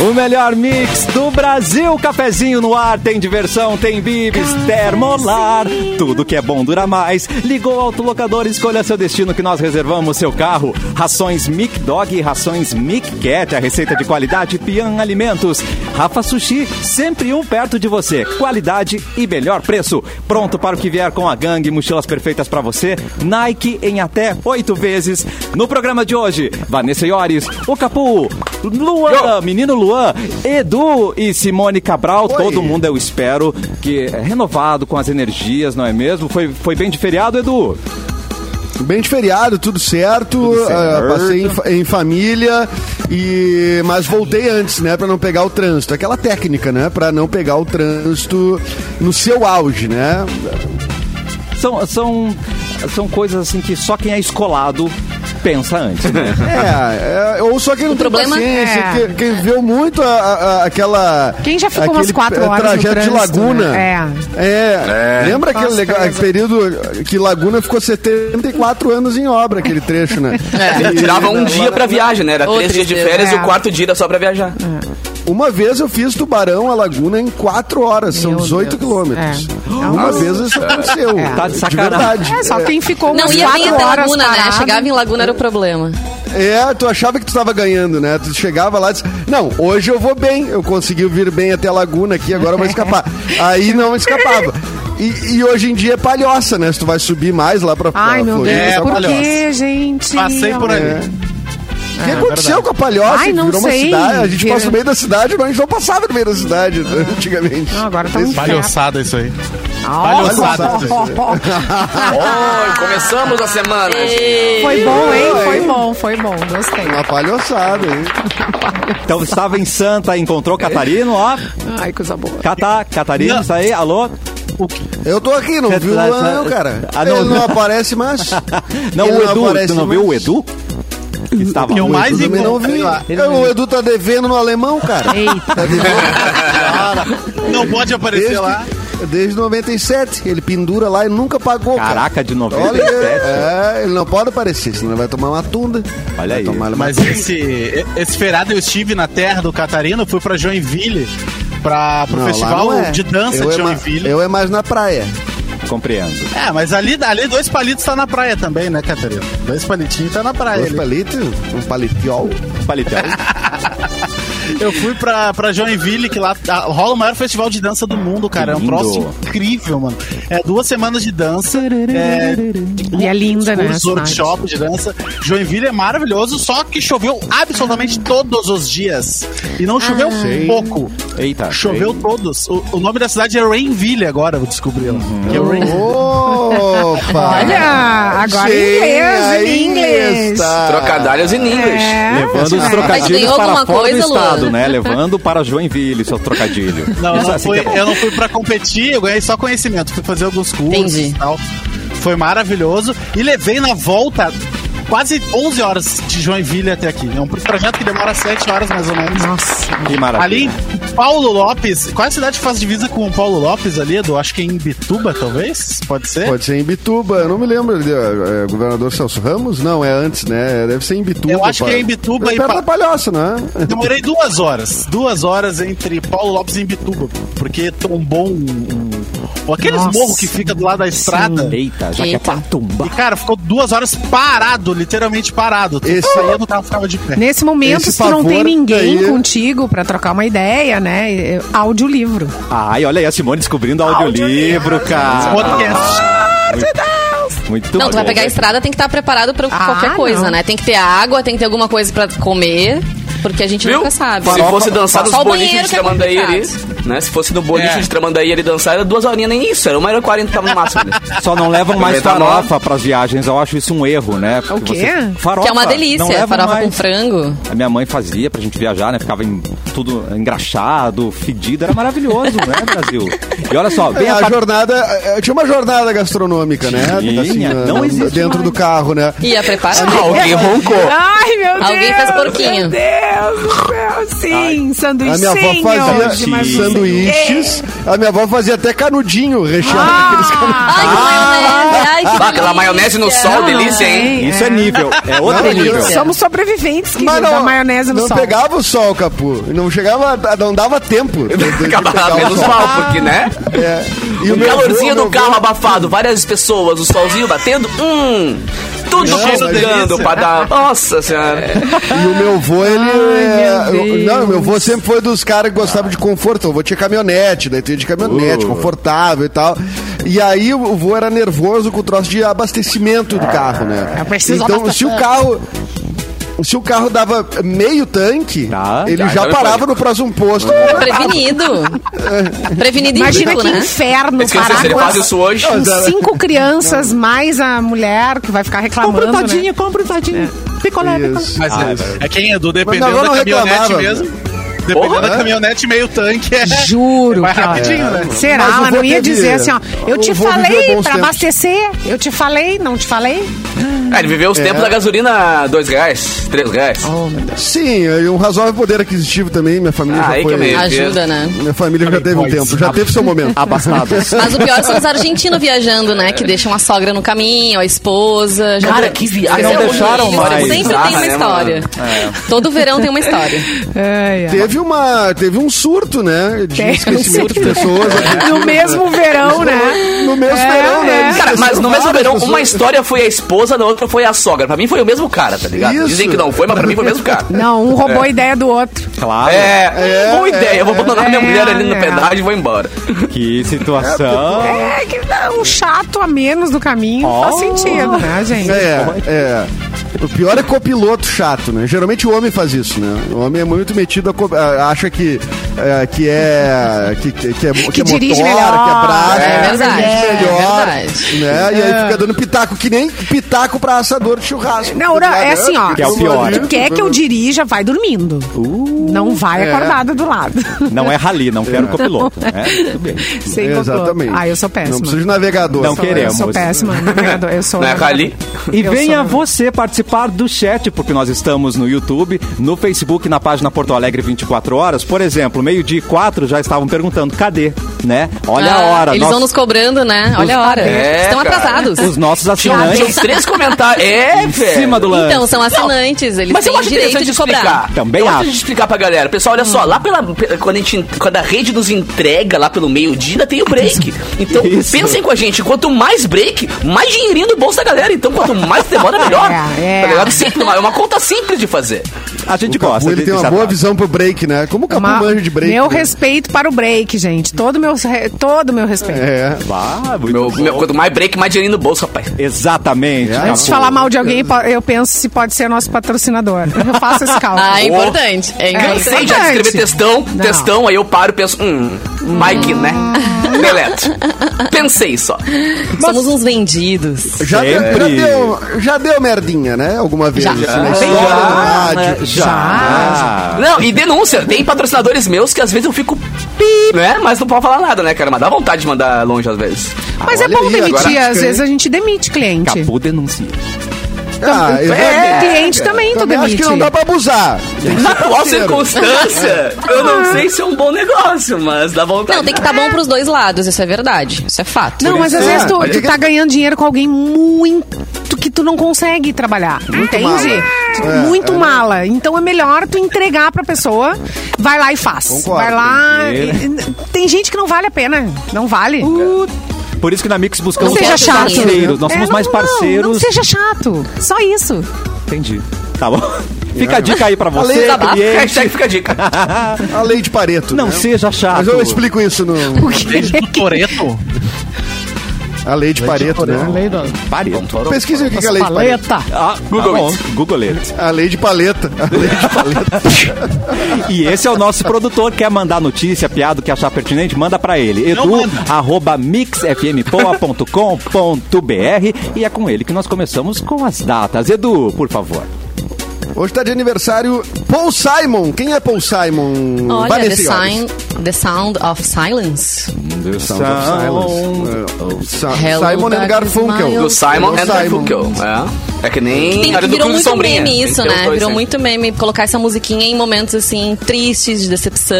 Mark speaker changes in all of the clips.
Speaker 1: O melhor mix do Brasil. Cafezinho no ar, tem diversão, tem bibis, termolar. Tudo que é bom dura mais. Ligou ao autolocador, escolha seu destino que nós reservamos seu carro. Rações Mic Dog e rações Mic Cat, a receita de qualidade Pian Alimentos. Rafa Sushi, sempre um perto de você. Qualidade e melhor preço. Pronto para o que vier com a gangue, mochilas perfeitas para você. Nike em até oito vezes. No programa de hoje, Vanessa Iores, o Capu, Luan, menino Luan, Edu e Simone Cabral. Todo mundo, eu espero, que é renovado com as energias, não é mesmo? Foi, foi bem de feriado, Edu?
Speaker 2: Bem de feriado, tudo certo. ah, passei em, fa- em família e mas voltei antes, né, Pra não pegar o trânsito. Aquela técnica, né, Pra não pegar o trânsito no seu auge, né?
Speaker 1: São, são, são coisas assim que só quem é escolado pensa antes, né?
Speaker 2: É, é, ou só quem não tem
Speaker 3: problema
Speaker 2: paciência,
Speaker 3: é-
Speaker 2: quem, quem viveu muito a- a- a- aquela
Speaker 3: Quem já ficou
Speaker 2: aquele
Speaker 3: umas
Speaker 2: é,
Speaker 3: quatro horas no
Speaker 2: trajeto de
Speaker 3: trânsito,
Speaker 2: Laguna.
Speaker 3: né?
Speaker 2: É. Lembra aquele
Speaker 3: Nossa,
Speaker 2: lega-
Speaker 3: Tereza.
Speaker 2: período que Laguna ficou 74 anos em obra aquele trecho, né?
Speaker 4: Ele tirava um dia pra viagem, né? Era
Speaker 3: Ô,
Speaker 4: três dias de
Speaker 3: tristeza,
Speaker 4: férias e
Speaker 5: Ah,
Speaker 3: é.
Speaker 4: o quarto dia era só pra viajar.
Speaker 2: Uma vez eu fiz Tubarão a Laguna em 4 horas, são
Speaker 3: Meu
Speaker 2: 18
Speaker 3: Deus.
Speaker 2: quilômetros.
Speaker 3: É.
Speaker 2: Uma vez isso aconteceu.
Speaker 3: É.
Speaker 1: Tá de sacanagem.
Speaker 2: verdade.
Speaker 3: É, só quem ficou umas
Speaker 5: Não ia bem
Speaker 3: quatro
Speaker 5: até
Speaker 3: horas
Speaker 5: Laguna, né?
Speaker 3: parado.
Speaker 5: Chegava em Laguna era o problema.
Speaker 2: É, tu achava que tu tava ganhando, né? Tu chegava lá e disse, não, hoje eu vou bem, eu consegui vir bem até a Laguna aqui, agora eu vou escapar. Aí não escapava. E, e hoje em dia é palhoça, né? Se tu vai subir mais lá pra, pra
Speaker 3: Ai, meu Deus,
Speaker 2: Floripa, é
Speaker 3: por
Speaker 2: palhoça.
Speaker 3: que, gente?
Speaker 6: Passei por ali.
Speaker 2: O que aconteceu com a palhoça?
Speaker 3: É, Ai, não
Speaker 2: Virou
Speaker 3: sei.
Speaker 2: uma cidade, a gente
Speaker 3: Vira-
Speaker 2: passa no meio da cidade, mas a gente não passava no meio da cidade né, antigamente.
Speaker 3: Não, agora tá um
Speaker 6: Palhoçada isso aí.
Speaker 2: Palhoçada.
Speaker 4: Oi, começamos a semana.
Speaker 3: Foi bom, hein? Foi bom, foi bom. Gostei.
Speaker 2: Uma palhoçada, hein?
Speaker 1: Então estava em Santa, encontrou Catarino, ó.
Speaker 3: Ai, coisa boa.
Speaker 1: Catá, Catarino, isso aí, alô?
Speaker 2: Eu tô aqui, não
Speaker 1: Você
Speaker 2: viu o
Speaker 1: tá-
Speaker 2: Luan, não, cara.
Speaker 1: Ah, não.
Speaker 2: Ele não aparece mais.
Speaker 1: Não,
Speaker 2: Ele
Speaker 1: o
Speaker 2: não
Speaker 1: Edu,
Speaker 2: aparece
Speaker 1: tu não
Speaker 2: mais.
Speaker 1: viu o Edu? Que Estava
Speaker 6: E o
Speaker 1: ruim.
Speaker 6: mais-
Speaker 2: Eu também não vi. O Edu tá devendo no alemão, cara.
Speaker 3: Eita.
Speaker 2: Tá devendo.
Speaker 6: Não pode aparecer
Speaker 2: Desde,
Speaker 6: lá.
Speaker 2: desde 97. Ele pendura lá e nunca pagou. cara.
Speaker 1: Caraca, de
Speaker 2: Olha,
Speaker 1: 97.
Speaker 2: é, ele não pode aparecer, senão ele vai tomar uma tunda.
Speaker 1: Olha
Speaker 2: vai
Speaker 1: aí.
Speaker 2: Tomar uma...
Speaker 6: Mas é esse, esse feriado eu estive na terra do Catarina, eu fui pra Joinville, pra, pro
Speaker 2: Não, lá
Speaker 6: festival
Speaker 2: não é.
Speaker 6: de dança
Speaker 2: eu
Speaker 6: de
Speaker 2: é mais,
Speaker 6: Joinville.
Speaker 2: Eu é mais na praia.
Speaker 1: Compreendo.
Speaker 6: É, mas ali, ali dois palitos tá na praia também, né, Catarina? Dois palitinhos tá na praia.
Speaker 2: Dois
Speaker 6: ali.
Speaker 2: palitos, um palitiol.
Speaker 1: Palitão.
Speaker 6: Eu fui pra, pra Joinville, que lá tá- rola o maior festival de dança do mundo, cara. É um
Speaker 1: Lindo.
Speaker 6: troço incrível, mano. É duas semanas de dança. É,
Speaker 3: E é linda, né,
Speaker 6: cursos,
Speaker 3: a
Speaker 6: workshop de dança. Joinville é maravilhoso, só que choveu absolutamente todos os dias. E não choveu
Speaker 3: Ah.
Speaker 6: pouco.
Speaker 1: Eita.
Speaker 6: Choveu todos. O, o nome da cidade é Rainville agora, eu descobri. ela. Que é Rainville.
Speaker 2: Opa!
Speaker 3: Olha, agora
Speaker 2: Sim,
Speaker 3: em inglês,
Speaker 2: aí
Speaker 3: em inglês.
Speaker 2: está.
Speaker 4: Trocadalhos in English.
Speaker 3: É.
Speaker 1: Levando os
Speaker 5: Mas
Speaker 1: trocadilhos
Speaker 5: ganhou
Speaker 1: para
Speaker 5: alguma
Speaker 1: fora do
Speaker 5: coisa, Luan?
Speaker 1: estado, né? Levando para Joinville, seu trocadilho.
Speaker 6: Não, eu
Speaker 1: Isso
Speaker 6: não,
Speaker 1: assim que
Speaker 6: fui,
Speaker 1: é bom.
Speaker 6: eu não fui pra competir, eu ganhei só conhecimento. Fui fazer alguns cursos
Speaker 5: Entendi.
Speaker 6: e tal. Foi maravilhoso. E levei na volta quase 11 horas de Joinville até aqui. É um projeto que demora 7 horas mais ou menos.
Speaker 3: Nossa.
Speaker 1: Que maravilha.
Speaker 6: Ali, em Paulo Lopes. Qual é a cidade que faz divisa com o Paulo Lopes ali, Edu? Acho que é em Bituba, talvez? Pode ser?
Speaker 2: Pode ser em Bituba, eu não me lembro. ele É, é, governador Celso Ramos? Não, é antes, né? Deve ser em Bituba.
Speaker 6: Eu acho que é em Bituba
Speaker 2: É
Speaker 6: e
Speaker 2: perto
Speaker 6: Pa-
Speaker 2: da Palhoça, né?
Speaker 6: Demorei duas horas. Duas horas entre Paulo Lopes e Imbituba. Porque tombou um. um aqueles
Speaker 3: Nossa.
Speaker 6: morros que fica do lado da estrada.
Speaker 1: Eita, já
Speaker 5: Eita.
Speaker 1: que é pra
Speaker 6: E,
Speaker 1: tumbar.
Speaker 6: cara, ficou duas horas parado, literalmente parado. Tu
Speaker 2: Esse-
Speaker 6: saía do carro ficava de pé.
Speaker 3: Nesse momento,
Speaker 2: Esse
Speaker 3: se tu não
Speaker 2: pavor
Speaker 3: tem ninguém
Speaker 2: daí-
Speaker 3: contigo pra trocar uma ideia, né? é Audiolivro.
Speaker 1: Ai, olha aí a Simone descobrindo o audiolivro, cara.
Speaker 6: Podcast.
Speaker 1: Muito
Speaker 5: Não, tu vai
Speaker 1: bom.
Speaker 5: pegar a estrada, tem que estar preparado pra
Speaker 3: Ah,
Speaker 5: qualquer coisa,
Speaker 3: não.
Speaker 5: né? Tem que ter água, tem que ter alguma coisa pra comer, porque a gente
Speaker 4: Viu?
Speaker 5: nunca sabe.
Speaker 4: Se fosse dançar
Speaker 5: Só
Speaker 4: nos
Speaker 5: o
Speaker 4: boliches
Speaker 5: banheiro
Speaker 4: de
Speaker 5: que é
Speaker 4: Tramandaí ali,
Speaker 5: complicado.
Speaker 4: né? Se fosse no boliche
Speaker 6: É.
Speaker 4: de Tramandaí ali dançar, era duas horinhas, nem isso. Era uma hora e quarenta, tava no máximo. né?
Speaker 1: Só não levam mais
Speaker 4: Metanol.
Speaker 1: farofa pras viagens, eu acho isso um erro, né? Porque
Speaker 3: O quê?
Speaker 1: Farofa.
Speaker 5: Que é uma
Speaker 1: não
Speaker 5: delícia,
Speaker 1: levam
Speaker 5: farofa com
Speaker 1: mais.
Speaker 5: frango.
Speaker 1: A minha mãe fazia pra gente viajar, né? Ficava em- tudo engraxado, fedido. Era maravilhoso, né, Brasil? E olha só, bem
Speaker 2: É, a
Speaker 1: a
Speaker 2: jornada. é, Tinha uma jornada gastronômica, né?
Speaker 1: Tinha, não
Speaker 2: na-
Speaker 1: existe
Speaker 2: Dentro do carro, né?
Speaker 5: Ia preparado.
Speaker 4: Alguém roncou.
Speaker 3: Ai, meu Deus!
Speaker 5: Alguém faz porquinho.
Speaker 3: Meu Deus do céu, sim! sanduíche.
Speaker 2: A minha avó
Speaker 1: de
Speaker 2: fazia
Speaker 1: maçã.
Speaker 2: sanduíches. A minha avó fazia até canudinho recheado
Speaker 3: Ah!
Speaker 2: naqueles canudinhos.
Speaker 5: Ai, que maionese, ai, que
Speaker 4: Ah, aquela maionese no sol, delícia, hein?
Speaker 1: Isso é nível, é outro
Speaker 2: Não,
Speaker 1: nível.
Speaker 5: delícia.
Speaker 3: Somos sobreviventes, que
Speaker 2: Mas
Speaker 3: da maionese no
Speaker 2: não
Speaker 3: sol.
Speaker 2: pegava o sol, Capu. Não chegava, não dava tempo. de- de pegar
Speaker 4: Acabava
Speaker 2: o
Speaker 4: menos
Speaker 2: sol.
Speaker 4: mal, porque, né?
Speaker 2: É. E
Speaker 4: O
Speaker 2: meu avô,
Speaker 4: calorzinho
Speaker 2: meu
Speaker 4: do
Speaker 2: avô-
Speaker 4: carro abafado, várias pessoas, o solzinho batendo, hum... Tudo
Speaker 6: Não, mas
Speaker 4: conjugando
Speaker 6: delícia.
Speaker 4: pra dar... Nossa
Speaker 5: É.
Speaker 4: senhora.
Speaker 2: E o meu avô, ele.
Speaker 3: Ai, meu
Speaker 2: é, eu-
Speaker 3: Deus.
Speaker 2: não, meu avô sempre foi dos caras que gostavam de conforto. Então, Eu vou tinha caminhonete, daí tu ia de caminhonete,
Speaker 4: Uh.
Speaker 2: confortável e tal. E aí o avô era nervoso com o troço de abastecimento do carro, né?
Speaker 6: Eu preciso
Speaker 2: então, se o carro. Se o carro dava meio tanque,
Speaker 1: Tá.
Speaker 2: ele
Speaker 4: Ah,
Speaker 2: já
Speaker 4: então é
Speaker 2: parava
Speaker 4: pânico.
Speaker 2: no próximo posto.
Speaker 3: Ah,
Speaker 5: Prevenido. Prevenido
Speaker 3: Imagina
Speaker 5: e rico,
Speaker 3: que
Speaker 5: né?
Speaker 3: inferno
Speaker 4: Esqueci, se ele
Speaker 3: com
Speaker 4: faz
Speaker 3: as-
Speaker 4: isso hoje-
Speaker 3: com cinco crianças, mais a mulher que vai ficar reclamando.
Speaker 1: Compra um todinho,
Speaker 3: né? compra um todinho. Picolé,
Speaker 2: Isso.
Speaker 6: Mas é, é quem, Edu,
Speaker 2: Mas
Speaker 6: dependendo
Speaker 2: não, eu
Speaker 6: da
Speaker 2: não
Speaker 6: caminhonete
Speaker 2: reclamava. é?
Speaker 6: mesmo. Dependendo
Speaker 4: Porra.
Speaker 6: da caminhonete, meio tanque. É.
Speaker 3: Juro.
Speaker 6: Vai
Speaker 3: que, ó,
Speaker 6: rapidinho, né?
Speaker 3: Será?
Speaker 2: Mas o
Speaker 3: Ela
Speaker 2: vô
Speaker 3: não ia
Speaker 2: teve-
Speaker 3: dizer assim, ó. Eu
Speaker 2: o
Speaker 3: te
Speaker 2: vô viveu
Speaker 3: falei
Speaker 2: bons
Speaker 3: pra
Speaker 2: tempos.
Speaker 3: abastecer. Eu te falei, não te falei?
Speaker 4: Ah, ele viveu os tempos da gasolina dois reais, três reais.
Speaker 3: Oh,
Speaker 2: Sim, e um razoável poder aquisitivo também. Minha família
Speaker 4: Ah,
Speaker 2: já
Speaker 4: aí que
Speaker 2: foi.
Speaker 4: eu me-
Speaker 5: Ajuda, né?
Speaker 2: Minha família já teve um
Speaker 6: Playboys.
Speaker 2: tempo, já teve seu momento.
Speaker 1: Abastados.
Speaker 5: Mas o pior é são os argentinos viajando, né? Que deixam a sogra no caminho, a esposa. já
Speaker 4: Cara,
Speaker 5: deu-
Speaker 4: que viagem.
Speaker 5: Isso é
Speaker 1: Não deixaram
Speaker 5: horrível.
Speaker 1: mais.
Speaker 5: Sempre tem
Speaker 4: Bizarra,
Speaker 5: uma
Speaker 4: né, É.
Speaker 5: história. Todo verão tem uma história.
Speaker 3: Ai, ai.
Speaker 2: Teve uma, teve um surto, né? De
Speaker 3: Teve um
Speaker 2: esquecimento de
Speaker 3: surto.
Speaker 2: pessoas. né?
Speaker 3: No mesmo verão, né?
Speaker 2: No mesmo
Speaker 3: É,
Speaker 2: verão, né?
Speaker 3: é.
Speaker 2: Eles
Speaker 4: Cara, mas no mesmo
Speaker 2: esqueceram várias
Speaker 4: verão,
Speaker 2: pessoas.
Speaker 4: uma história foi a esposa, na outra foi a sogra. Pra mim foi o mesmo cara, tá ligado? Dizem que
Speaker 2: Isso.
Speaker 4: não foi, mas pra mim foi o mesmo cara.
Speaker 3: Não, um roubou a ideia do outro.
Speaker 1: Claro.
Speaker 4: É,
Speaker 2: É,
Speaker 4: boa ideia. eu vou abandonar
Speaker 3: é,
Speaker 4: minha mulher ali no
Speaker 3: é.
Speaker 4: pedágio e vou embora.
Speaker 1: Que situação.
Speaker 3: É, que dá um chato a menos do caminho faz
Speaker 1: Oh.
Speaker 3: sentido, né, gente?
Speaker 2: É, é. O pior é copiloto chato, né? Geralmente o homem faz isso, né? O homem é muito metido a co- a- acha que é, que é que, que, que é que, é
Speaker 3: dirige
Speaker 2: motor,
Speaker 3: melhor.
Speaker 2: que é braço,
Speaker 5: É verdade,
Speaker 2: que dirige
Speaker 5: é
Speaker 2: melhor,
Speaker 5: verdade.
Speaker 2: né? E
Speaker 3: É.
Speaker 2: aí fica dando pitaco que nem pitaco pra assador de churrasco.
Speaker 3: Não,
Speaker 2: tá
Speaker 3: não, é
Speaker 2: ligado?
Speaker 3: assim, ó.
Speaker 1: Que é o
Speaker 3: se
Speaker 1: pior.
Speaker 3: Tu quer que eu dirija, vai dormindo. não vai
Speaker 2: Uhum. é.
Speaker 3: acordada do lado.
Speaker 1: Não é rali, não quero copiloto. né? Tudo bem.
Speaker 3: Sem controle.
Speaker 2: Exatamente.
Speaker 3: Ah, eu sou
Speaker 2: Não
Speaker 3: péssima.
Speaker 2: precisa de né? navegador.
Speaker 1: Não
Speaker 2: Só-
Speaker 1: queremos.
Speaker 3: Eu sou péssima, navegador. Eu sou
Speaker 4: Não é,
Speaker 3: navegador.
Speaker 4: Rali?
Speaker 1: E
Speaker 3: Eu
Speaker 1: venha
Speaker 2: um-
Speaker 3: sou-
Speaker 1: você participar do chat, porque nós estamos no YouTube, no Facebook, na página Porto Alegre 24 horas. Por exemplo, meio-dia e quatro já estavam perguntando, cadê? Né? Olha a
Speaker 5: Ah,
Speaker 1: hora.
Speaker 5: Eles
Speaker 1: nós-
Speaker 5: vão nos cobrando, né? Olha a hora.
Speaker 4: É,
Speaker 5: Estão
Speaker 4: cara.
Speaker 5: atrasados.
Speaker 1: Os nossos
Speaker 4: Tinha
Speaker 1: assinantes
Speaker 4: três comentários. É,
Speaker 1: em
Speaker 4: velho.
Speaker 1: cima do lance.
Speaker 5: Então, são assinantes. Eles
Speaker 4: Mas eu
Speaker 5: têm
Speaker 4: acho
Speaker 5: direito
Speaker 4: interessante
Speaker 5: de
Speaker 4: explicar.
Speaker 5: cobrar.
Speaker 1: Também
Speaker 4: eu acho.
Speaker 1: acho.
Speaker 4: de explicar pra galera. Pessoal, olha só, lá pela. pe- Quando a, gente, quando a rede nos entrega lá pelo meio-dia, ainda tem o break. Então,
Speaker 1: Isso.
Speaker 4: pensem com a gente. Quanto mais break, mais dinheirinho no bolso da galera. Então, quanto mais demora, melhor.
Speaker 3: É, é.
Speaker 4: Tá ligado? Simples, uma- é uma conta simples de fazer.
Speaker 1: A gente
Speaker 2: O Capu,
Speaker 1: gosta.
Speaker 2: ele
Speaker 1: de-
Speaker 2: tem uma
Speaker 1: desse
Speaker 2: boa
Speaker 1: atraso.
Speaker 2: visão pro break, né? Como o Capu
Speaker 3: É Uma-
Speaker 2: manja de break.
Speaker 3: meu
Speaker 2: né?
Speaker 3: respeito para o break, gente. Todo meu, re- todo meu respeito.
Speaker 2: É.
Speaker 1: Ah, muito
Speaker 4: Meu-
Speaker 1: bom.
Speaker 4: meu- quanto mais break, mais dinheirinho no bolso, rapaz.
Speaker 1: Exatamente.
Speaker 2: É.
Speaker 1: Capu.
Speaker 3: Antes de falar mal de alguém, po- eu penso se pode ser nosso patrocinador. Eu faço esse cálculo.
Speaker 4: Oh.
Speaker 5: Ah, é importante. É importante.
Speaker 4: Cansei de escrever textão,
Speaker 3: Não.
Speaker 4: textão, aí eu paro e penso, hum, Mike, né? Deleto. Pensei só.
Speaker 5: Somos uns vendidos.
Speaker 2: Já, deu, já,
Speaker 1: Sempre.
Speaker 2: deu, já deu merdinha, né? Alguma vez.
Speaker 5: Já.
Speaker 2: assim,
Speaker 5: Já.
Speaker 2: na
Speaker 1: Bem,
Speaker 2: história do rádio.
Speaker 1: né? Já.
Speaker 4: Não, e denúncia, tem patrocinadores meus que às vezes eu fico pi, né? Mas não pode falar nada, né, cara? Mas dá vontade de mandar longe às vezes.
Speaker 5: Ah,
Speaker 3: Mas é
Speaker 2: Olha
Speaker 3: bom
Speaker 2: aí,
Speaker 3: demitir,
Speaker 2: agora
Speaker 3: às
Speaker 2: fica,
Speaker 3: vezes
Speaker 2: hein?
Speaker 3: a gente demite cliente.
Speaker 1: Capu denuncia.
Speaker 2: Ah, exatamente.
Speaker 3: cliente também, tu
Speaker 2: Também acho que
Speaker 3: demite.
Speaker 2: não dá pra abusar.
Speaker 4: Na atual circunstância, eu não sei se é um bom negócio, mas dá vontade.
Speaker 5: Não, tem que estar bom pros dois lados. Isso é verdade. Isso é fato.
Speaker 3: Não, mas às
Speaker 2: isso,
Speaker 3: vezes
Speaker 2: é.
Speaker 3: tu,
Speaker 2: Olha
Speaker 3: tu
Speaker 2: que-
Speaker 3: tá ganhando dinheiro com alguém muito que tu não consegue trabalhar.
Speaker 2: É
Speaker 3: entende? Tu- muito mala. Então é melhor tu entregar pra pessoa, vai lá e faz.
Speaker 2: Concordo.
Speaker 3: Vai lá.
Speaker 1: Tem que-
Speaker 3: e-
Speaker 2: né?
Speaker 3: e- tem gente que não vale a pena. Não vale.
Speaker 1: Uh, Por isso que na Mix
Speaker 3: não
Speaker 1: buscamos
Speaker 3: seja
Speaker 1: mais
Speaker 3: chato.
Speaker 1: parceiros. Nós
Speaker 3: É,
Speaker 1: somos
Speaker 3: não,
Speaker 1: mais
Speaker 3: não,
Speaker 1: parceiros.
Speaker 3: Não, seja chato. Só isso.
Speaker 1: Entendi. Tá bom. Fica
Speaker 2: É.
Speaker 1: a dica aí pra
Speaker 2: Além
Speaker 1: você,
Speaker 2: da
Speaker 1: cliente.
Speaker 4: Hashtag fica a dica.
Speaker 2: A lei de Pareto.
Speaker 1: Não
Speaker 2: né?
Speaker 1: seja chato.
Speaker 2: Mas eu explico isso no.
Speaker 6: Desde o Toreto.
Speaker 2: A lei de Pareto, né?
Speaker 1: Parento.
Speaker 2: Pesquisem o que que é a lei de Pareto.
Speaker 1: Ah, Google tá bom. Google it.
Speaker 2: A lei de paleta. A lei de paleta.
Speaker 1: E esse é o nosso produtor. Quer mandar notícia, piada, que achar pertinente? Manda pra ele.
Speaker 6: Não
Speaker 1: Edu,
Speaker 6: manda.
Speaker 1: arroba mixfmpoa.com.br e é com ele que nós começamos com as datas. Edu, por favor.
Speaker 2: Hoje tá de aniversário Paul Simon. Quem é Paul Simon?
Speaker 5: Olha, the,
Speaker 2: Vanessa Iores.
Speaker 5: sign, the Sound of Silence.
Speaker 2: Sound of Silence. É, Sa-
Speaker 5: Hello,
Speaker 2: Simon and
Speaker 5: darkness,
Speaker 2: Garfunkel.
Speaker 5: my
Speaker 4: Do Simon
Speaker 2: Hello,
Speaker 4: and the Funkel. É. É que nem
Speaker 5: Tem,
Speaker 4: área do
Speaker 5: virou
Speaker 4: Cruz
Speaker 5: muito
Speaker 4: Sombrinha. Então,
Speaker 5: meme
Speaker 4: Tem que
Speaker 5: isso,
Speaker 4: ter os
Speaker 5: né?
Speaker 4: dois
Speaker 5: Virou
Speaker 4: sempre.
Speaker 5: muito meme colocar essa musiquinha em momentos assim tristes de decepção.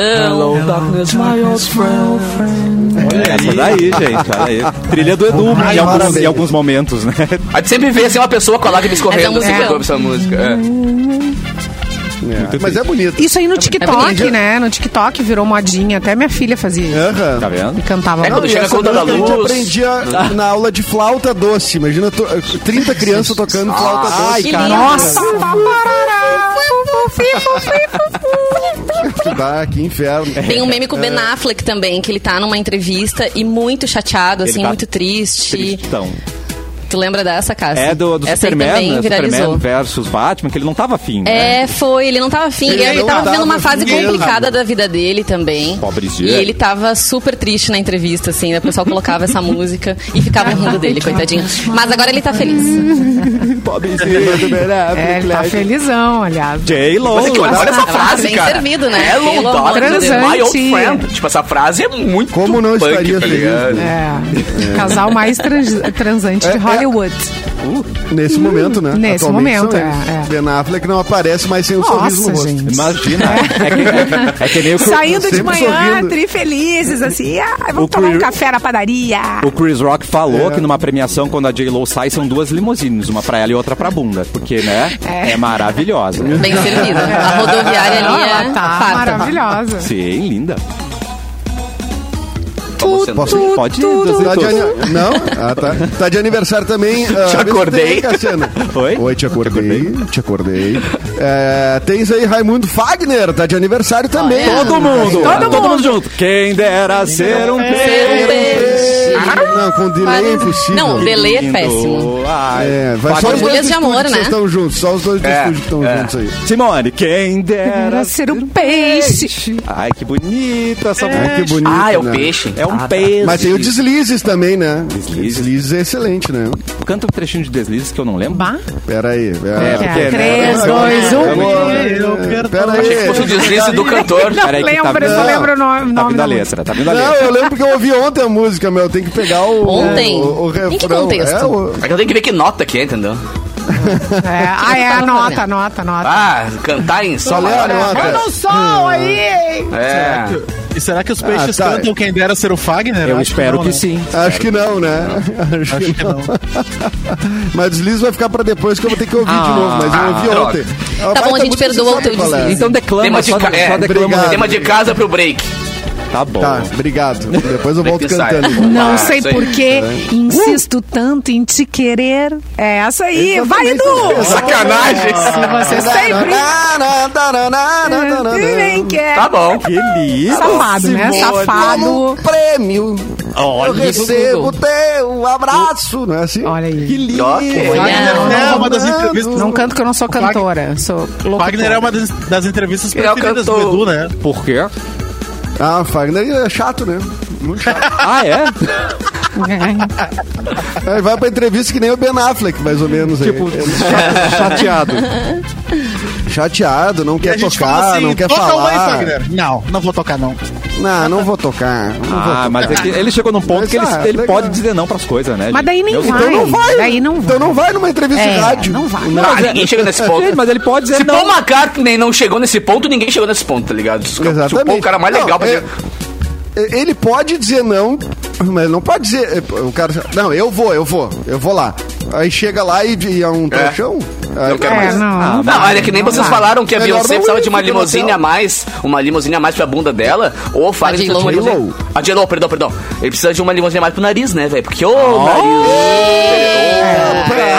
Speaker 4: Hello, darkness, my old friend.
Speaker 1: Essa daí, gente, olha aí. Trilha do Edu
Speaker 2: Ai,
Speaker 1: em, alguns,
Speaker 2: maravilha.
Speaker 1: em alguns momentos, né?
Speaker 4: A gente sempre vê assim uma pessoa com a lágrima escorrendo
Speaker 5: É, Hum.
Speaker 4: assim,
Speaker 5: é.
Speaker 4: quando ouve essa música. É.
Speaker 2: É, Mas é bonito.
Speaker 3: Isso aí no TikTok,
Speaker 5: bonito.
Speaker 3: né? No TikTok virou modinha. Até minha filha fazia isso.
Speaker 2: Aham.
Speaker 1: Tá vendo?
Speaker 3: E cantava.
Speaker 4: É,
Speaker 3: lá.
Speaker 4: quando chega a
Speaker 2: essa
Speaker 4: conta da
Speaker 2: música
Speaker 4: luz.
Speaker 2: A gente aprendia na aula de flauta doce. Imagina to- 30 crianças tocando flauta doce.
Speaker 1: Ai,
Speaker 5: Que
Speaker 1: cara.
Speaker 5: lindo.
Speaker 3: Nossa!
Speaker 2: Que dá, que inferno.
Speaker 5: Tem um meme com o Ben Affleck também, que ele tá numa entrevista e muito chateado,
Speaker 1: Ele
Speaker 5: assim,
Speaker 1: tá
Speaker 5: muito triste.
Speaker 1: Tristão.
Speaker 5: Tu lembra dessa, casa?
Speaker 1: É do, do
Speaker 5: Essa aí
Speaker 1: Superman,
Speaker 5: também
Speaker 1: né?
Speaker 5: viralizou.
Speaker 1: Superman versus Batman, que ele não tava afim, né?
Speaker 5: É, foi, ele não tava afim.
Speaker 2: Ele
Speaker 5: Ele, ele
Speaker 2: não
Speaker 5: tava vivendo
Speaker 2: tava
Speaker 5: uma fase
Speaker 2: afim mesmo.
Speaker 5: complicada da vida dele também.
Speaker 1: Pobrezinho.
Speaker 5: E ele tava super triste na entrevista, assim, né? O pessoal colocava essa música e ficava rindo dele, coitadinho. Mas agora ele tá feliz.
Speaker 1: Pobrezinho.
Speaker 3: É, ele tá felizão, aliás.
Speaker 1: J-Lo.
Speaker 4: Mas é que olha essa
Speaker 5: Nossa,
Speaker 4: frase,
Speaker 5: bem
Speaker 4: cara.
Speaker 5: servido, né?
Speaker 4: Hello,
Speaker 5: Pelo amor
Speaker 4: Dog,
Speaker 3: de Deus.
Speaker 4: my old
Speaker 3: Transante.
Speaker 4: friend. Tipo, essa frase é muito
Speaker 2: Como não
Speaker 4: punk,
Speaker 2: estaria
Speaker 4: tá
Speaker 2: feliz, né?
Speaker 4: ligado?
Speaker 3: É. Casal mais trans- transante
Speaker 2: É, é.
Speaker 3: de Hollywood.
Speaker 2: Nesse momento, né?
Speaker 3: Hum, Nesse
Speaker 2: Atualmente
Speaker 3: momento,
Speaker 2: são
Speaker 3: é,
Speaker 2: eles.
Speaker 3: é.
Speaker 2: Ben Affleck não aparece mais sem um sorriso no
Speaker 3: Nossa,
Speaker 2: rosto.
Speaker 3: gente.
Speaker 1: Imagina. É que, é que nem o, Chris-
Speaker 3: Saindo de
Speaker 2: sempre
Speaker 3: manhã,
Speaker 2: sorrindo.
Speaker 3: trifelizes, assim. Ah,
Speaker 1: O
Speaker 3: vamos tomar um
Speaker 1: Queer-
Speaker 3: café na padaria.
Speaker 1: o Chris Rock
Speaker 2: É.
Speaker 1: falou que numa premiação, quando a J-Lo sai, são duas limousines, uma pra ela e outra pra bunda. Porque, né? É,
Speaker 3: É.
Speaker 1: maravilhosa.
Speaker 5: Bem servido. A rodoviária ali
Speaker 3: Ah,
Speaker 5: é
Speaker 3: ela tá
Speaker 5: farta.
Speaker 3: maravilhosa.
Speaker 1: Sim, linda.
Speaker 4: Vamos sentar.
Speaker 2: Posso-
Speaker 1: Pode ir,
Speaker 2: Tá de
Speaker 1: Dosito.
Speaker 2: ani- Não? Ah, tá. Tá de aniversário também. ah, vê se tem,
Speaker 4: acordei.
Speaker 2: Cassiano.
Speaker 1: Oi?
Speaker 2: Oi, te acordei. Te acordei. É, tens aí Raimundo Fagner, tá de aniversário também.
Speaker 1: Todo mundo!
Speaker 3: Todo mundo.
Speaker 1: junto! Quem dera ser um
Speaker 5: Ser um peixe.
Speaker 2: Não, com
Speaker 3: Ah,
Speaker 2: delay é impossível.
Speaker 5: Não, delay é péssimo.
Speaker 1: Ai,
Speaker 2: É, vai
Speaker 1: Fagner.
Speaker 2: só os dois
Speaker 5: Borbulhas
Speaker 2: do
Speaker 5: de
Speaker 2: estúdio
Speaker 5: amor,
Speaker 2: que
Speaker 5: né?
Speaker 2: vocês estão juntos, só os dois do
Speaker 4: É,
Speaker 2: estúdio que estão
Speaker 4: é.
Speaker 2: juntos aí.
Speaker 1: Simone, quem dera
Speaker 3: Era ser um peixe.
Speaker 1: Ai, que bonita essa
Speaker 2: Ai, que bonito.
Speaker 4: Ah, é o
Speaker 2: né?
Speaker 4: peixe.
Speaker 1: É um
Speaker 4: Ah, tá.
Speaker 1: peixe.
Speaker 2: Mas tem o Deslizes também, né?
Speaker 1: Deslizes.
Speaker 2: Deslizes é excelente, né?
Speaker 1: Canta um trechinho de deslizes que eu não lembro.
Speaker 3: Bah.
Speaker 2: Pera aí.
Speaker 1: É,
Speaker 2: É,
Speaker 1: porque, né?
Speaker 3: Três, dois, um.
Speaker 2: Pera
Speaker 4: Achei que fosse o
Speaker 2: aí.
Speaker 4: deslize do cantor.
Speaker 3: Não
Speaker 1: Peraí que tá
Speaker 3: lembro,
Speaker 1: vindo-
Speaker 3: só lembro o nome.
Speaker 1: Tá
Speaker 3: nome
Speaker 1: vindo
Speaker 3: da
Speaker 1: a letra, tá vindo a
Speaker 2: Não,
Speaker 1: letra.
Speaker 2: eu lembro que eu ouvi ontem a música, meu. Tem que pegar o.
Speaker 5: Ontem?
Speaker 2: O, o, o refrão.
Speaker 5: Em que contexto?
Speaker 2: É, o-
Speaker 4: É que eu tenho que ver que nota que é, entendeu?
Speaker 3: música. É, ah, é,
Speaker 5: Tá
Speaker 3: anota,
Speaker 5: vendo?
Speaker 3: anota, anota.
Speaker 4: Ah, cantar em sol.
Speaker 2: lê a
Speaker 4: é.
Speaker 2: nota.
Speaker 3: Manda um sol aí, hein?
Speaker 4: É.
Speaker 6: E será que os peixes
Speaker 2: Ah, tá.
Speaker 6: cantam quem dera ser o Fagner?
Speaker 1: Eu
Speaker 6: Acho
Speaker 1: espero
Speaker 6: não,
Speaker 1: que
Speaker 6: né?
Speaker 1: sim.
Speaker 2: Acho que não, né? Acho,
Speaker 6: Acho
Speaker 2: que
Speaker 6: que
Speaker 2: não.
Speaker 6: não.
Speaker 2: Mas deslize vai ficar pra depois que eu vou ter que ouvir de novo. Mas eu ouvi
Speaker 4: droga.
Speaker 2: ontem. É
Speaker 5: Tá bom, a gente perdoa o teu deslize.
Speaker 1: Então declama,
Speaker 4: Tema de,
Speaker 1: só,
Speaker 4: ca- é,
Speaker 1: só declama.
Speaker 2: obrigado.
Speaker 4: tema de casa pro break.
Speaker 1: Tá bom.
Speaker 2: Tá, obrigado. Depois eu volto
Speaker 4: Break sai.
Speaker 2: cantando.
Speaker 3: Não
Speaker 4: Ah,
Speaker 3: sei
Speaker 4: isso aí.
Speaker 3: porquê, insisto tanto em te querer. É essa aí, vai,
Speaker 2: Exatamente.
Speaker 3: Edu! Ah,
Speaker 4: Sacanagem.
Speaker 3: Você sempre vem que é.
Speaker 4: Tá bom.
Speaker 1: Que lindo.
Speaker 3: Safado, né?
Speaker 1: Simone.
Speaker 3: Safado.
Speaker 2: prêmio.
Speaker 1: Olha
Speaker 2: eu recebo teu abraço. Não é assim?
Speaker 3: Olha
Speaker 1: Que
Speaker 3: aí.
Speaker 1: lindo.
Speaker 5: Olha.
Speaker 6: Fagner é uma das entrevistas.
Speaker 3: Não canto que eu não sou cantora, sou louca.
Speaker 6: Fagner é uma das, das entrevistas
Speaker 4: Ele é o
Speaker 6: preferidas do
Speaker 4: cantor.
Speaker 6: Edu, né?
Speaker 1: Por quê?
Speaker 2: Ah, Fagner é chato, né? Muito chato.
Speaker 1: Ah, é?
Speaker 3: Ah,
Speaker 2: Aí É, vai pra entrevista que nem o Ben Affleck, mais ou menos. aí. é
Speaker 1: tipo, cha- chateado.
Speaker 2: Chateado, não
Speaker 6: E a
Speaker 2: quer
Speaker 6: gente
Speaker 2: tocar,
Speaker 6: fala assim,
Speaker 2: não quer
Speaker 6: toca uma aí,
Speaker 2: falar.
Speaker 6: Fagner. Não, não vou tocar, não.
Speaker 2: Não, não vou tocar. Não vou
Speaker 1: Ah,
Speaker 2: tocar.
Speaker 1: mas é que ele chegou num ponto
Speaker 2: Mas,
Speaker 1: que ele,
Speaker 2: ah,
Speaker 1: ele
Speaker 2: legal.
Speaker 1: pode dizer não pras coisas, né?
Speaker 3: Mas
Speaker 1: gente?
Speaker 3: daí nem
Speaker 1: Meu
Speaker 3: vai.
Speaker 2: Então não vai.
Speaker 3: Daí não
Speaker 2: Então
Speaker 3: vai.
Speaker 2: não vai numa entrevista
Speaker 3: É,
Speaker 2: de rádio.
Speaker 3: não vai.
Speaker 4: Ah,
Speaker 2: é-
Speaker 4: ninguém chega nesse ponto.
Speaker 1: Gente, mas ele pode dizer
Speaker 4: Se
Speaker 1: não.
Speaker 4: Paul McCartney não chegou nesse ponto, ninguém chegou nesse ponto, tá ligado? Se o
Speaker 2: Exatamente.
Speaker 4: Paul é o cara mais
Speaker 2: Não,
Speaker 4: legal pra
Speaker 2: é-
Speaker 4: dizer.
Speaker 2: Ele pode dizer não, mas não pode dizer. é, O cara. Não, eu vou, eu vou, eu vou lá. Aí chega lá e, e é um trouxão. Aí-
Speaker 4: Eu quero
Speaker 3: É,
Speaker 4: mais.
Speaker 3: não,
Speaker 4: Não,
Speaker 3: não
Speaker 4: olha que nem
Speaker 3: não
Speaker 4: vocês
Speaker 3: vai.
Speaker 4: falaram que a
Speaker 2: Melhor
Speaker 4: Beyoncé
Speaker 2: não
Speaker 4: precisava
Speaker 2: ir,
Speaker 4: de uma
Speaker 2: fica no
Speaker 4: limusine
Speaker 2: hotel.
Speaker 4: a mais, uma limusine a mais pra bunda dela, ou o Fagner
Speaker 5: A
Speaker 4: precisa de uma
Speaker 2: J-Lo.
Speaker 4: limusine. A J-Lo, perdão, perdão. Ele precisa de uma limusine a mais pro nariz, né, velho? Porque, ô, nariz.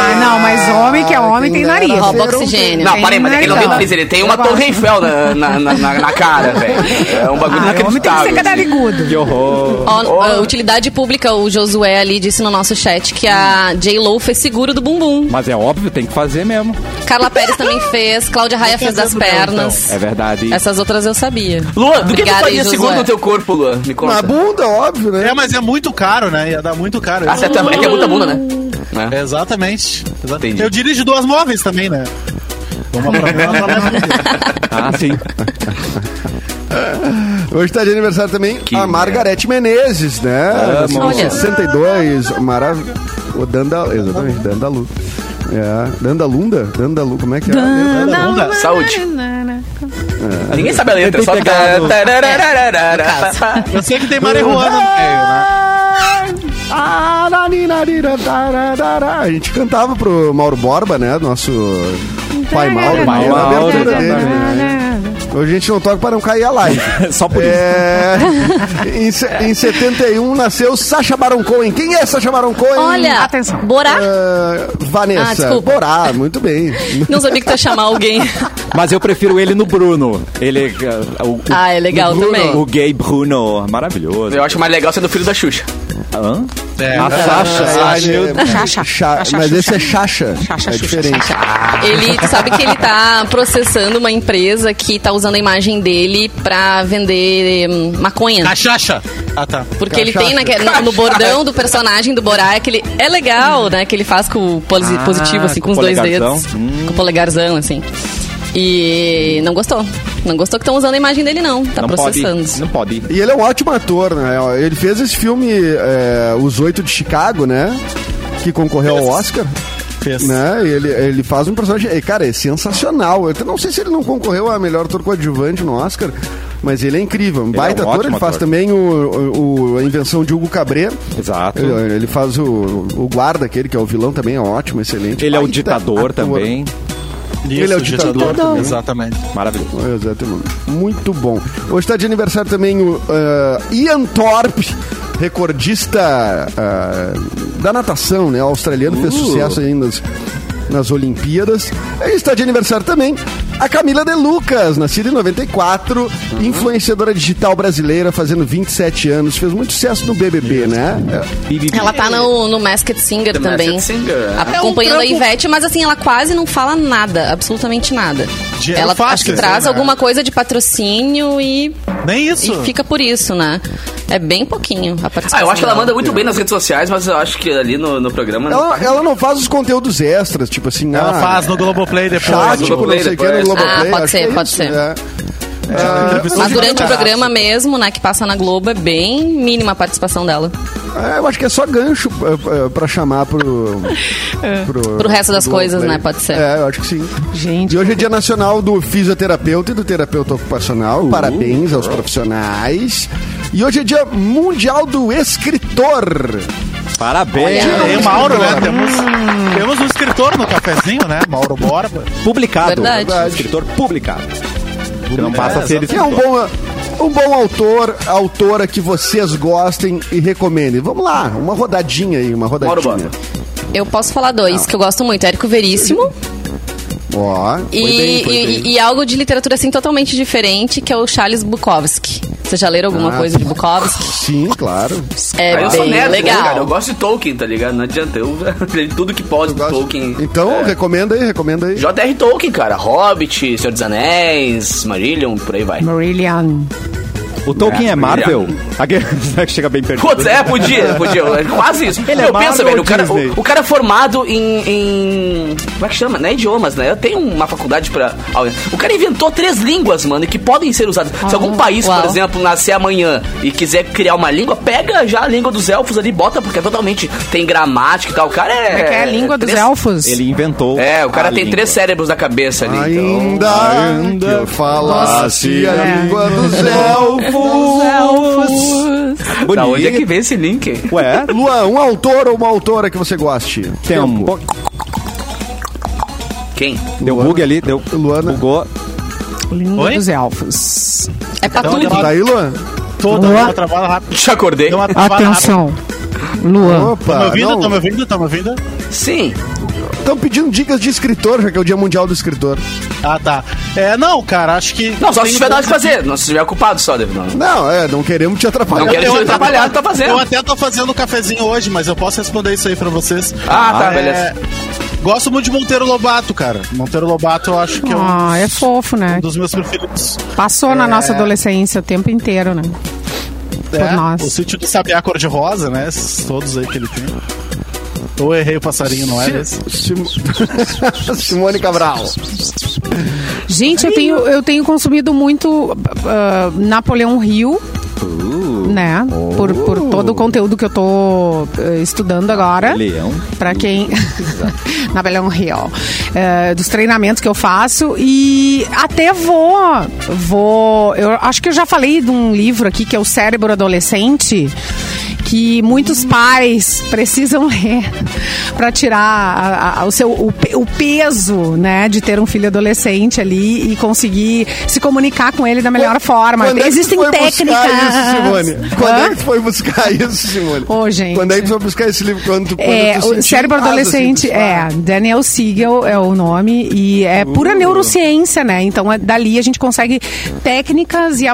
Speaker 3: Ah, não, mas homem que é homem tem nariz.
Speaker 5: Rouba oxigênio.
Speaker 4: Não,
Speaker 3: tem
Speaker 4: parei, mas é que ele não tem
Speaker 3: nariz.
Speaker 4: nariz, ele tem uma
Speaker 3: Eu gosto.
Speaker 4: torre Eiffel na, na, na, na- na cara, velho. É um bagulho
Speaker 3: Ah, homem tem que ser
Speaker 4: inacreditável. assim.
Speaker 1: Que
Speaker 3: cadarigudo.
Speaker 1: horror.
Speaker 5: Ó, a utilidade pública, o Josué ali disse no nosso chat que a J-Lo fez seguro do bumbum.
Speaker 1: Mas é óbvio, tem que fazer mesmo.
Speaker 5: Carla Pérez também fez, Cláudia Raia fez das pernas.
Speaker 1: É verdade.
Speaker 5: Essas outras eu sabia.
Speaker 4: Luan, então. do que tu
Speaker 5: Obrigada aí,
Speaker 4: faria seguro
Speaker 5: Josué.
Speaker 4: no teu corpo, Luan? Me conta.
Speaker 2: Na bunda, óbvio, né?
Speaker 6: É, mas é muito caro, né? Ia dar muito caro.
Speaker 4: Ah, certo, é que é muita bunda, né?
Speaker 6: É, Exatamente. Exa-
Speaker 4: Entendi.
Speaker 6: Eu dirijo duas móveis também, né? Vamos pra uma pra mais uma.
Speaker 1: Ah, sim.
Speaker 2: Hoje tá de aniversário também a Margarete Menezes, né?
Speaker 4: Ah,
Speaker 1: Vamos.
Speaker 5: Olha.
Speaker 2: 62, maravilha. O Dandal, exatamente, Dandalu. É, Dandalunda? Dandalu, como é que é?
Speaker 3: Danda-
Speaker 4: Saúde. Ninguém sabe a letra, só...
Speaker 1: pegado.
Speaker 4: Tararararara.
Speaker 6: Eu sei que tem marihuana no meio, né?
Speaker 2: A gente cantava pro Mauro Borba, né? Nosso pai
Speaker 5: né?
Speaker 2: Mauro.
Speaker 1: Pai
Speaker 2: era a
Speaker 1: Mauro,
Speaker 2: abertura dele, né? Hoje a gente não toca para não cair a live.
Speaker 1: Só por isso.
Speaker 2: É, em, se- em 71 nasceu Sacha Baron Cohen. Quem é Sacha Baron Cohen?
Speaker 5: Olha,
Speaker 3: Atenção.
Speaker 5: Borá.
Speaker 2: Ah,
Speaker 5: Ah,
Speaker 2: Vanessa.
Speaker 5: desculpa.
Speaker 2: Borá, muito bem.
Speaker 5: Não sabia que tu ia chamar alguém.
Speaker 1: Mas eu prefiro ele no Bruno. Ele. ah, O, o-
Speaker 5: Ah, é legal
Speaker 1: o Bruno,
Speaker 5: também.
Speaker 1: O gay Bruno. Maravilhoso.
Speaker 4: Eu acho mais legal sendo filho da Xuxa.
Speaker 1: Hã?
Speaker 6: É.
Speaker 1: A Sasha.
Speaker 2: Ah,
Speaker 1: Ai, meu
Speaker 2: é- Cha-
Speaker 3: Chacha. Chacha,
Speaker 2: Mas esse é
Speaker 3: Xuxa.
Speaker 2: Chacha.
Speaker 3: Chacha,
Speaker 2: É
Speaker 3: Xuxa,
Speaker 2: diferente.
Speaker 5: Ele tu sabe que ele tá processando uma empresa que tá usando a imagem dele pra vender hum, maconha.
Speaker 6: Cachacha. Ah, tá.
Speaker 5: Porque ele tem
Speaker 2: Cachaça.
Speaker 5: naque- no, no bordão do personagem do Borá que ele é legal, né? Que ele faz com o posi-
Speaker 1: Ah,
Speaker 5: positivo, assim, com,
Speaker 1: com
Speaker 5: os
Speaker 1: o
Speaker 5: dois
Speaker 1: polegarzão.
Speaker 5: dedos. Com o polegarzão, assim. E não gostou. Não gostou que estão usando a imagem dele, não. Tá
Speaker 1: Não pode.
Speaker 5: processando.
Speaker 1: Não pode.
Speaker 2: E ele é um ótimo ator, né? Ele fez esse filme é, Os Oito de Chicago, né? Que concorreu ao Oscar.
Speaker 6: Fez.
Speaker 2: Né? E Ele, ele faz um personagem. e, Cara, é sensacional. Eu até não sei se ele não concorreu a melhor ator coadjuvante no Oscar, mas ele é incrível. Um baita
Speaker 1: é um
Speaker 2: ator,
Speaker 1: ótimo
Speaker 2: ele faz
Speaker 1: ator.
Speaker 2: também o, o- o- a invenção de Hugo Cabré.
Speaker 1: Exato.
Speaker 2: Ele, ele faz o, o guarda, aquele que é o vilão também, é ótimo, excelente.
Speaker 1: Ele é o
Speaker 2: Baita
Speaker 1: ditador
Speaker 2: ator.
Speaker 1: também.
Speaker 2: Ele é o ditador também.
Speaker 6: Exatamente.
Speaker 1: Maravilhoso.
Speaker 2: Exatamente. Muito bom. Hoje está de aniversário também o ah, Ian Thorpe, recordista ah, da natação, né? O australiano fez sucesso aí nas, nas Olimpíadas. E está de aniversário também a Camila De Lucas, nascida em 94, influenciadora digital brasileira, fazendo 27 anos. Fez muito sucesso no BBB, né? É.
Speaker 1: Bibi-
Speaker 5: Ela tá no, no Masked Singer
Speaker 4: The
Speaker 5: também.
Speaker 4: Masked Singer.
Speaker 5: A- Acompanhando a Ivete, mas assim, ela quase não fala nada, absolutamente nada.
Speaker 6: Dinheiro
Speaker 5: ela
Speaker 6: fácil,
Speaker 5: acho que
Speaker 6: né?
Speaker 5: traz alguma coisa de patrocínio e,
Speaker 6: Nem
Speaker 5: e
Speaker 6: isso.
Speaker 5: fica por isso, né? É bem pouquinho a participação.
Speaker 4: Ah, eu acho que ela
Speaker 5: dela.
Speaker 4: manda muito bem nas redes sociais, mas eu acho que ali no, no programa. não
Speaker 2: Ela,
Speaker 4: tá.
Speaker 2: ela não faz os conteúdos extras, tipo assim.
Speaker 6: Ela
Speaker 2: ah,
Speaker 6: faz no Globoplay depois.
Speaker 2: chat,
Speaker 4: Globoplay.
Speaker 2: tipo, não sei o que no
Speaker 4: depois.
Speaker 2: Globoplay.
Speaker 5: Ah, pode
Speaker 2: acho que
Speaker 5: ser,
Speaker 2: é
Speaker 5: pode
Speaker 2: isso,
Speaker 5: ser.
Speaker 2: né?
Speaker 5: Mas durante o programa mesmo, né, que passa na Globo, é bem mínima a participação dela.
Speaker 2: É, eu acho que é só gancho é, é, pra chamar pro. pro,
Speaker 5: Pro resto das
Speaker 2: pro
Speaker 5: coisas,
Speaker 2: Globoplay.
Speaker 5: né, pode ser.
Speaker 2: É, eu acho que sim.
Speaker 3: Gente.
Speaker 2: E hoje é dia nacional do fisioterapeuta e do terapeuta ocupacional. Parabéns aos profissionais. E hoje é dia mundial do escritor.
Speaker 1: Parabéns. É
Speaker 6: Tem o Mauro,
Speaker 2: Hum.
Speaker 6: né? Temos, temos um escritor no cafezinho, né? Mauro Borba.
Speaker 1: Publicado. É um
Speaker 5: Verdade.
Speaker 2: Verdade.
Speaker 1: Escritor publicado. Que não passa a ser
Speaker 2: Que é um bom, um bom autor, autora que vocês gostem e recomendem. Vamos lá, uma rodadinha aí, uma
Speaker 5: Ah,
Speaker 4: Mauro
Speaker 2: rodadinha.
Speaker 4: Borba.
Speaker 5: Eu posso falar dois que eu gosto muito, Érico Veríssimo
Speaker 2: Ó, foi
Speaker 5: e,
Speaker 2: bem, foi
Speaker 5: e-
Speaker 2: bem.
Speaker 5: e algo de literatura assim totalmente diferente, que é o Charles Bukowski. Vocês já leram alguma
Speaker 2: Ah.
Speaker 5: coisa de Bukowski?
Speaker 2: Sim, claro.
Speaker 5: É
Speaker 4: Ah, eu sou
Speaker 5: bem
Speaker 4: nerd, né,
Speaker 5: legal.
Speaker 4: cara? Eu gosto de Tolkien, tá ligado? Não adianta. Eu leio tudo que pode do Tolkien.
Speaker 2: Então, recomenda aí, recomenda aí.
Speaker 4: J.R. Tolkien, cara. Hobbit, Senhor dos Anéis, Marillion, por aí vai.
Speaker 3: Marillion.
Speaker 1: O Tolkien é, Marvel? Aquele que chega bem perto.
Speaker 4: Putz, é, podia, podia. É Quase isso.
Speaker 1: Ele é
Speaker 4: eu
Speaker 1: Marvel
Speaker 4: penso, velho,
Speaker 1: ou
Speaker 4: o cara,
Speaker 1: Disney?
Speaker 4: o, o cara é formado em, em- Como é que chama? Não é idiomas, né? Eu tenho uma faculdade pra. O cara inventou três línguas, mano, e que podem ser usadas. Se
Speaker 1: Ah,
Speaker 4: algum país,
Speaker 5: Uau.
Speaker 4: por exemplo, nascer amanhã e quiser criar uma língua, pega já a língua dos elfos ali, bota, porque é totalmente. Tem gramática e tal. O cara é.
Speaker 3: Como é que é a língua dos
Speaker 4: três-
Speaker 3: elfos?
Speaker 1: Ele inventou.
Speaker 4: É, o cara
Speaker 1: a
Speaker 4: tem
Speaker 1: língua.
Speaker 4: três cérebros na cabeça ali. então...
Speaker 2: Ainda,
Speaker 1: Ainda
Speaker 2: que eu falasse
Speaker 1: Nossa.
Speaker 2: a língua do elfos.
Speaker 1: Bonito.
Speaker 4: Da onde é que vem esse link?
Speaker 1: Ué,
Speaker 2: Luan, um autor ou uma autora que você goste?
Speaker 1: tem um... po-
Speaker 4: Quem?
Speaker 1: Deu
Speaker 2: Luana.
Speaker 1: bug ali, deu...
Speaker 2: Luana.
Speaker 1: Bugou.
Speaker 3: Língua
Speaker 6: Oi?
Speaker 3: dos elfos.
Speaker 5: É pra
Speaker 6: Então,
Speaker 5: tudo.
Speaker 2: Tá aí, Luan?
Speaker 6: Toda
Speaker 3: Boa.
Speaker 6: uma travada rápida.
Speaker 4: Te acordei?
Speaker 6: Deu uma travada rápida.
Speaker 3: Atenção. Luan.
Speaker 2: Opa,
Speaker 6: Tá me ouvindo?
Speaker 2: não.
Speaker 6: Tá me ouvindo? Tá me ouvindo?
Speaker 4: Sim.
Speaker 2: Estão pedindo dicas de escritor, já que é o Dia Mundial do Escritor.
Speaker 6: Ah, tá. É, não, cara, acho que.
Speaker 4: Não, só se
Speaker 6: tem
Speaker 4: tiver
Speaker 6: um-
Speaker 4: nada de fazer. Não se tiver ocupado só, David. Não.
Speaker 2: Não, é, não queremos te atrapalhar.
Speaker 4: Não quero
Speaker 6: Eu
Speaker 4: te
Speaker 6: até-
Speaker 4: atrapalhar, tá fazendo.
Speaker 6: Eu até tô um fazendo um cafezinho hoje, mas eu posso responder isso aí pra vocês. É,
Speaker 4: Ah,
Speaker 1: é.
Speaker 4: tá, beleza.
Speaker 6: Gosto muito de Monteiro Lobato, cara. Monteiro Lobato eu acho que é um
Speaker 3: Ah,
Speaker 6: dos-
Speaker 3: é fofo, né?
Speaker 6: um dos meus preferidos.
Speaker 3: Passou na nossa adolescência o tempo inteiro, né? Por
Speaker 6: É,
Speaker 3: nós.
Speaker 6: O sítio do Sabiá Cor-de-Rosa, né? Esses todos aí que ele tem. Ou errei o passarinho, não é era esse?
Speaker 2: Sim- Simone Cabral.
Speaker 3: Gente, eu tenho, eu tenho consumido muito ah, Napoleão Rio. né? Por, por todo o conteúdo que eu tô eh, estudando agora.
Speaker 1: Leão.
Speaker 3: Pra quem. Na Belém Rio. É, dos treinamentos que eu faço. E até vou. Vou. Eu acho que eu já falei de um livro aqui que é O Cérebro Adolescente. Que muitos pais precisam ler para tirar a- a- o, seu, o, pe- o peso né, de ter um filho adolescente ali e conseguir se comunicar com ele da melhor forma.
Speaker 2: Quando é que tu
Speaker 3: Existem
Speaker 2: foi
Speaker 3: técnicas.
Speaker 2: buscar Isso, Simone? Quando
Speaker 3: Hã?
Speaker 2: é que tu foi buscar isso, Simone?
Speaker 3: Ô, gente.
Speaker 2: Quando é que tu foi buscar esse livro? Quando tu, quando
Speaker 3: É,
Speaker 2: tu sentiu
Speaker 3: o
Speaker 2: em
Speaker 3: cérebro
Speaker 2: casa,
Speaker 3: adolescente
Speaker 2: assim, tu
Speaker 3: é
Speaker 2: fala,
Speaker 3: Daniel Siegel é o nome e é pura
Speaker 2: Uh.
Speaker 3: neurociência, né? Então é- dali a gente consegue técnicas e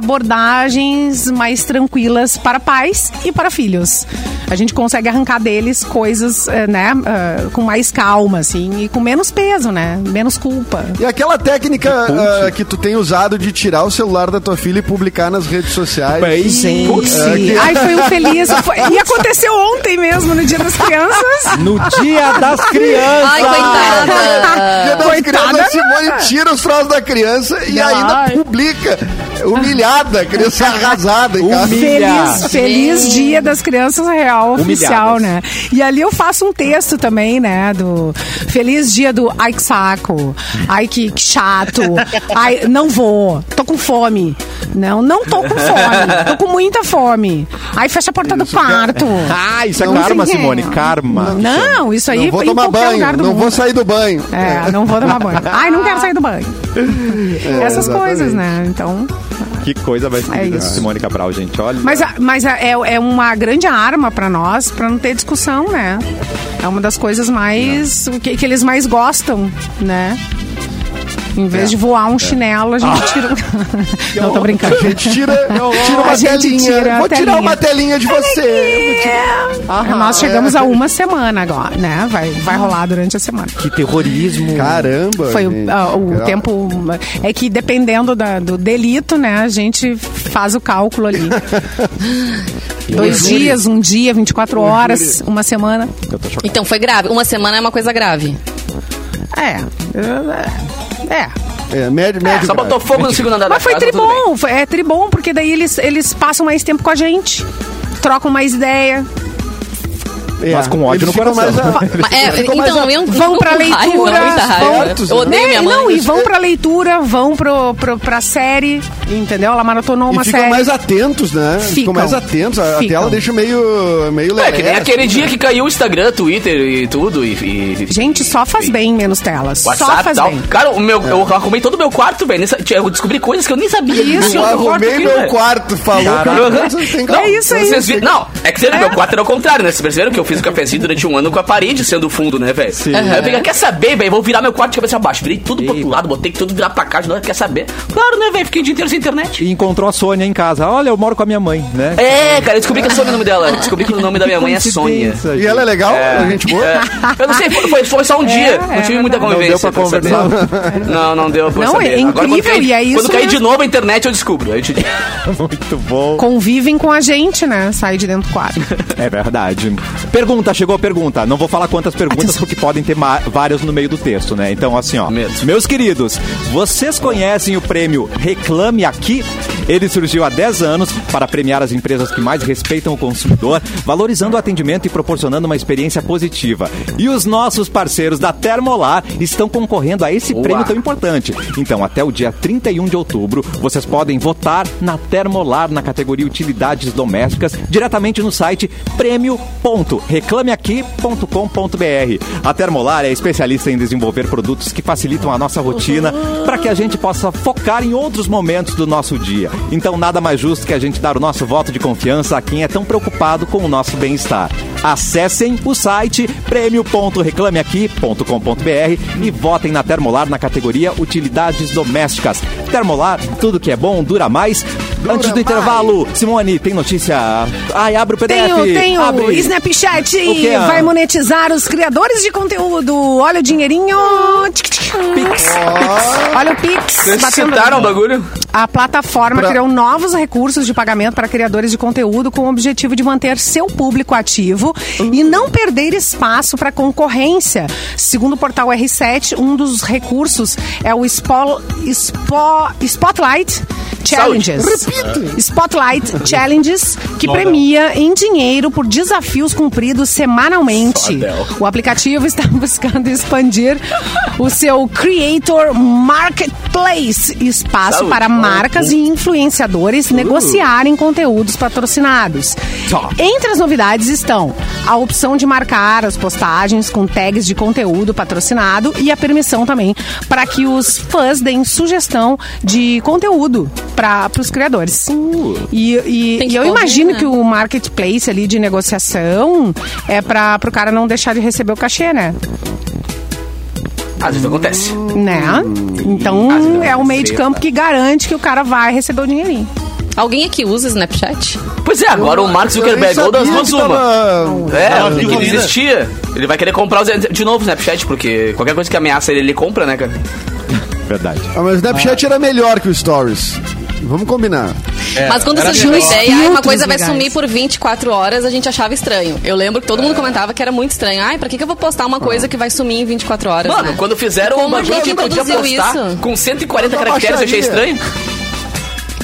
Speaker 3: abordagens mais tranquilas para pais e para filhos. A gente consegue arrancar deles coisas, eh, né, ah, com mais calma assim e com menos peso, né? Menos culpa.
Speaker 2: E aquela técnica ah, que tu tem usado de tirar o celular da tua filha e publicar nas redes sociais.
Speaker 1: Sim.
Speaker 3: Putz,
Speaker 2: é
Speaker 3: ai foi um feliz. foi- e aconteceu ontem mesmo no Dia das Crianças.
Speaker 1: No dia das crianças.
Speaker 5: Ai, coitada.
Speaker 2: Dia das
Speaker 3: ah, Coitada,
Speaker 2: crianças, a
Speaker 3: não.
Speaker 2: Simone tira os troços da criança e
Speaker 3: Não.
Speaker 2: ainda publica. Humilhada, a criança arrasada em casa.
Speaker 1: Humilha.
Speaker 3: Feliz, feliz
Speaker 5: Gente.
Speaker 3: dia das crianças real oficial,
Speaker 1: Humilhadas.
Speaker 3: né? E ali eu faço um texto também, né? Do feliz dia do ai que saco, ai que, que chato, ai não vou, tô com fome. Não, não tô com fome, tô com muita fome. Ai fecha a porta do
Speaker 2: é
Speaker 3: quarto.
Speaker 1: Ah, isso é
Speaker 3: Não
Speaker 1: karma,
Speaker 3: sei quem.
Speaker 1: Simone. Karma.
Speaker 3: Não, isso aí
Speaker 2: Não vou
Speaker 3: em
Speaker 2: tomar
Speaker 3: qualquer
Speaker 2: banho,
Speaker 3: lugar do
Speaker 2: não
Speaker 3: mundo.
Speaker 2: vou sair do banho.
Speaker 3: É, não vou tomar banho. Ai, não quero sair do banho. Essas
Speaker 2: É, exatamente.
Speaker 3: coisas, né? Então,
Speaker 1: Que coisa mais
Speaker 3: É
Speaker 1: linda.
Speaker 3: isso.
Speaker 1: Simone Cabral, gente. Olha.
Speaker 3: Mas, a- mas a- é, é uma grande arma pra nós, pra não ter discussão, né? É uma das coisas mais. o Que, que eles mais gostam, né? Em vez de voar um chinelo, a gente tira um. não, tô brincando.
Speaker 2: A gente tira, tira uma
Speaker 3: A gente
Speaker 2: telinha.
Speaker 3: tira a
Speaker 2: vou tirar
Speaker 3: telinha.
Speaker 2: uma telinha de você.
Speaker 3: É, Nós chegamos a uma semana agora, né? Vai, vai rolar durante a semana.
Speaker 1: Que terrorismo.
Speaker 2: Caramba.
Speaker 3: Foi
Speaker 2: gente.
Speaker 3: o, ah, o
Speaker 2: Gra-
Speaker 3: tempo. É que dependendo da- do delito, né? A gente faz o cálculo ali. Dois dias, um dia, 24 horas, uma semana.
Speaker 5: Então foi grave. Uma semana é uma coisa grave.
Speaker 3: É. É.
Speaker 2: É, médio, médio
Speaker 4: Só
Speaker 2: grau.
Speaker 4: botou fogo no segundo andar da
Speaker 3: Mas foi
Speaker 4: casa, tudo bem.
Speaker 3: tribom, foi- é tribom, porque daí eles, eles passam mais tempo com a gente, trocam mais ideia,
Speaker 2: É.
Speaker 1: Mas com ódio
Speaker 2: Eles
Speaker 1: no
Speaker 2: ficam
Speaker 1: coração.
Speaker 2: mais-
Speaker 5: Mas, é,
Speaker 2: ficam mais
Speaker 5: então, eu
Speaker 3: Vão
Speaker 5: fico
Speaker 3: pra
Speaker 5: com
Speaker 3: leitura,
Speaker 5: Raiva, muita raiva.
Speaker 2: pontos,
Speaker 5: Eu
Speaker 3: Né?
Speaker 5: odeio minha mãe.
Speaker 3: Não, e vão pra leitura, vão pro, pro, pra série, entendeu? Ela maratonou
Speaker 2: E
Speaker 3: uma
Speaker 2: ficam
Speaker 3: série.
Speaker 2: mais atentos, né? Ficam,
Speaker 3: Ficam.
Speaker 2: mais atentos. A, a
Speaker 3: Ficam.
Speaker 2: tela deixa meio, meio
Speaker 4: É, que nem
Speaker 2: lelé,
Speaker 4: aquele
Speaker 2: assim,
Speaker 4: dia
Speaker 2: né?
Speaker 4: que caiu o Instagram, Twitter e tudo. E, e-
Speaker 3: Gente, só faz
Speaker 4: e-
Speaker 3: bem menos telas. Só
Speaker 4: WhatsApp um- e
Speaker 3: faz
Speaker 4: tal.
Speaker 3: bem.
Speaker 4: Cara, o
Speaker 2: É.
Speaker 4: meu, eu arrumei todo o meu quarto, velho. nessa- Eu descobri coisas que eu nem sabia.
Speaker 3: Isso.
Speaker 4: Eu
Speaker 2: Eu arrumei
Speaker 4: aqui,
Speaker 2: meu
Speaker 4: velho.
Speaker 2: quarto, falou.
Speaker 4: Caraca.
Speaker 2: cara, vocês têm calma.
Speaker 3: É isso aí.
Speaker 4: Vocês viram- Não, é que sério, meu quarto era o contrário, né? Vocês perceberam que eu fiz o cafezinho durante um ano com a parede sendo o fundo, né, velho? Aí eu
Speaker 3: É.
Speaker 4: peguei, quer saber, velho? Vou virar meu quarto de cabeça abaixo. Virei tudo pro outro lado, botei tudo virar pra cá, de novo, quer saber? Claro, né, velho? Fiquei o dia inteiro sem internet.
Speaker 1: E encontrou a Sônia em casa. Olha, eu moro com a minha mãe, né?
Speaker 4: É, cara, eu descobri que é Sônia o nome dela. Eu Descobri que o nome da minha mãe é Sônia.
Speaker 1: Coincidência,
Speaker 2: E ela é legal? A gente boa?
Speaker 4: É. Eu não sei, foi, foi- foi só um dia.
Speaker 3: é
Speaker 4: Não tive muita
Speaker 3: verdade.
Speaker 4: convivência.
Speaker 1: Não deu pra
Speaker 4: saber. Não, não deu pra
Speaker 3: Não,
Speaker 4: saber.
Speaker 3: é
Speaker 4: Agora, quando
Speaker 3: incrível,
Speaker 4: cair,
Speaker 3: e é Tá isso
Speaker 4: Quando cair de
Speaker 3: mesmo.
Speaker 4: novo a internet, eu descubro. Aí eu te digo.
Speaker 1: Muito bom.
Speaker 3: Convivem com a gente, né? Sai de dentro do quadro.
Speaker 1: É verdade. Pergunta, chegou a pergunta. Não vou falar quantas perguntas, porque podem ter ma- várias no meio do texto, né? Então, assim, ó.
Speaker 4: Medo.
Speaker 1: Meus queridos, vocês conhecem o prêmio Reclame Aqui? Ele surgiu há 10 anos para premiar as empresas que mais respeitam o consumidor, valorizando o atendimento e proporcionando uma experiência positiva. E os nossos parceiros da Termolar estão concorrendo a esse prêmio é tão importante. Então, até o dia 31 de outubro, vocês podem votar na Termolar na categoria Utilidades Domésticas diretamente no site prêmio.reclameaqui.com.br. A Termolar é especialista em desenvolver produtos que facilitam a nossa rotina para que a gente possa focar em outros momentos do nosso dia. Então, nada mais justo que a gente dar o nosso voto de confiança a quem é tão preocupado com o nosso bem-estar. Acessem o site prêmio.reclameaqui.com.br e votem na Termolar na categoria Utilidades Domésticas. Termolar, tudo que é bom dura mais. Antes do intervalo, Simone, tem notícia? Ai, abre o PDF.
Speaker 3: Tenho, tenho.
Speaker 1: Abre.
Speaker 3: Snapchat
Speaker 1: O que é?
Speaker 3: vai monetizar os criadores de conteúdo. Olha o dinheirinho. Tic, tic, tic. Olha o Pix.
Speaker 4: Vocês
Speaker 3: batendo.
Speaker 4: sentaram o bagulho?
Speaker 3: A plataforma criou novos recursos de pagamento para criadores de conteúdo com o objetivo de manter seu público ativo e não perder espaço para concorrência. Segundo o portal R7, um dos recursos é o Spo- Spo- Spotlight Challenges. Spotlight Challenges, que premia em dinheiro por desafios cumpridos semanalmente. O aplicativo está buscando expandir o seu Creator Marketplace, espaço
Speaker 4: Saúde,
Speaker 3: para
Speaker 4: bom,
Speaker 3: marcas e influenciadores negociarem conteúdos patrocinados.
Speaker 1: Só.
Speaker 3: Entre as novidades estão a opção de marcar as postagens com tags de conteúdo patrocinado e a permissão também para que os fãs deem sugestão de conteúdo para os criadores. E, e-
Speaker 5: Tem que
Speaker 3: e eu
Speaker 5: correr,
Speaker 3: imagino
Speaker 5: né?
Speaker 3: que o marketplace ali de negociação é para o cara não deixar de receber o cachê, né?
Speaker 4: Às vezes Ah, acontece.
Speaker 3: Né? Então
Speaker 4: Hum.
Speaker 3: é o meio de
Speaker 1: tá.
Speaker 3: campo que garante que o cara vai receber o dinheirinho.
Speaker 5: Alguém aqui usa Snapchat?
Speaker 4: Pois é, agora o Mark Zuckerberg, ou das duas, uma. É,
Speaker 6: Não,
Speaker 4: ele
Speaker 6: viu
Speaker 4: que
Speaker 6: ainda?
Speaker 4: desistia. Ele vai querer comprar os, de novo o Snapchat, porque qualquer coisa que ameaça ele, ele compra, né, cara?
Speaker 1: Verdade.
Speaker 2: Ah, mas o Snapchat era melhor que o Stories. Vamos combinar.
Speaker 4: É,
Speaker 5: Mas quando
Speaker 6: era
Speaker 5: surgiu a
Speaker 6: melhor.
Speaker 5: ideia, ai, uma
Speaker 3: Filtros
Speaker 5: coisa vai
Speaker 3: legais.
Speaker 5: sumir por 24 horas, a gente achava estranho. Eu lembro que todo
Speaker 4: É.
Speaker 5: mundo comentava que era muito estranho. Ai, pra que, que eu vou postar uma coisa que vai sumir em 24 horas?
Speaker 4: Mano,
Speaker 5: né?
Speaker 4: quando fizeram
Speaker 5: Como
Speaker 4: uma
Speaker 5: alguém
Speaker 4: coisa que
Speaker 5: que
Speaker 4: podia
Speaker 5: produziu
Speaker 4: postar
Speaker 5: isso?
Speaker 4: com 140
Speaker 2: Uma
Speaker 4: caracteres, eu achei
Speaker 2: baixaria.
Speaker 4: estranho.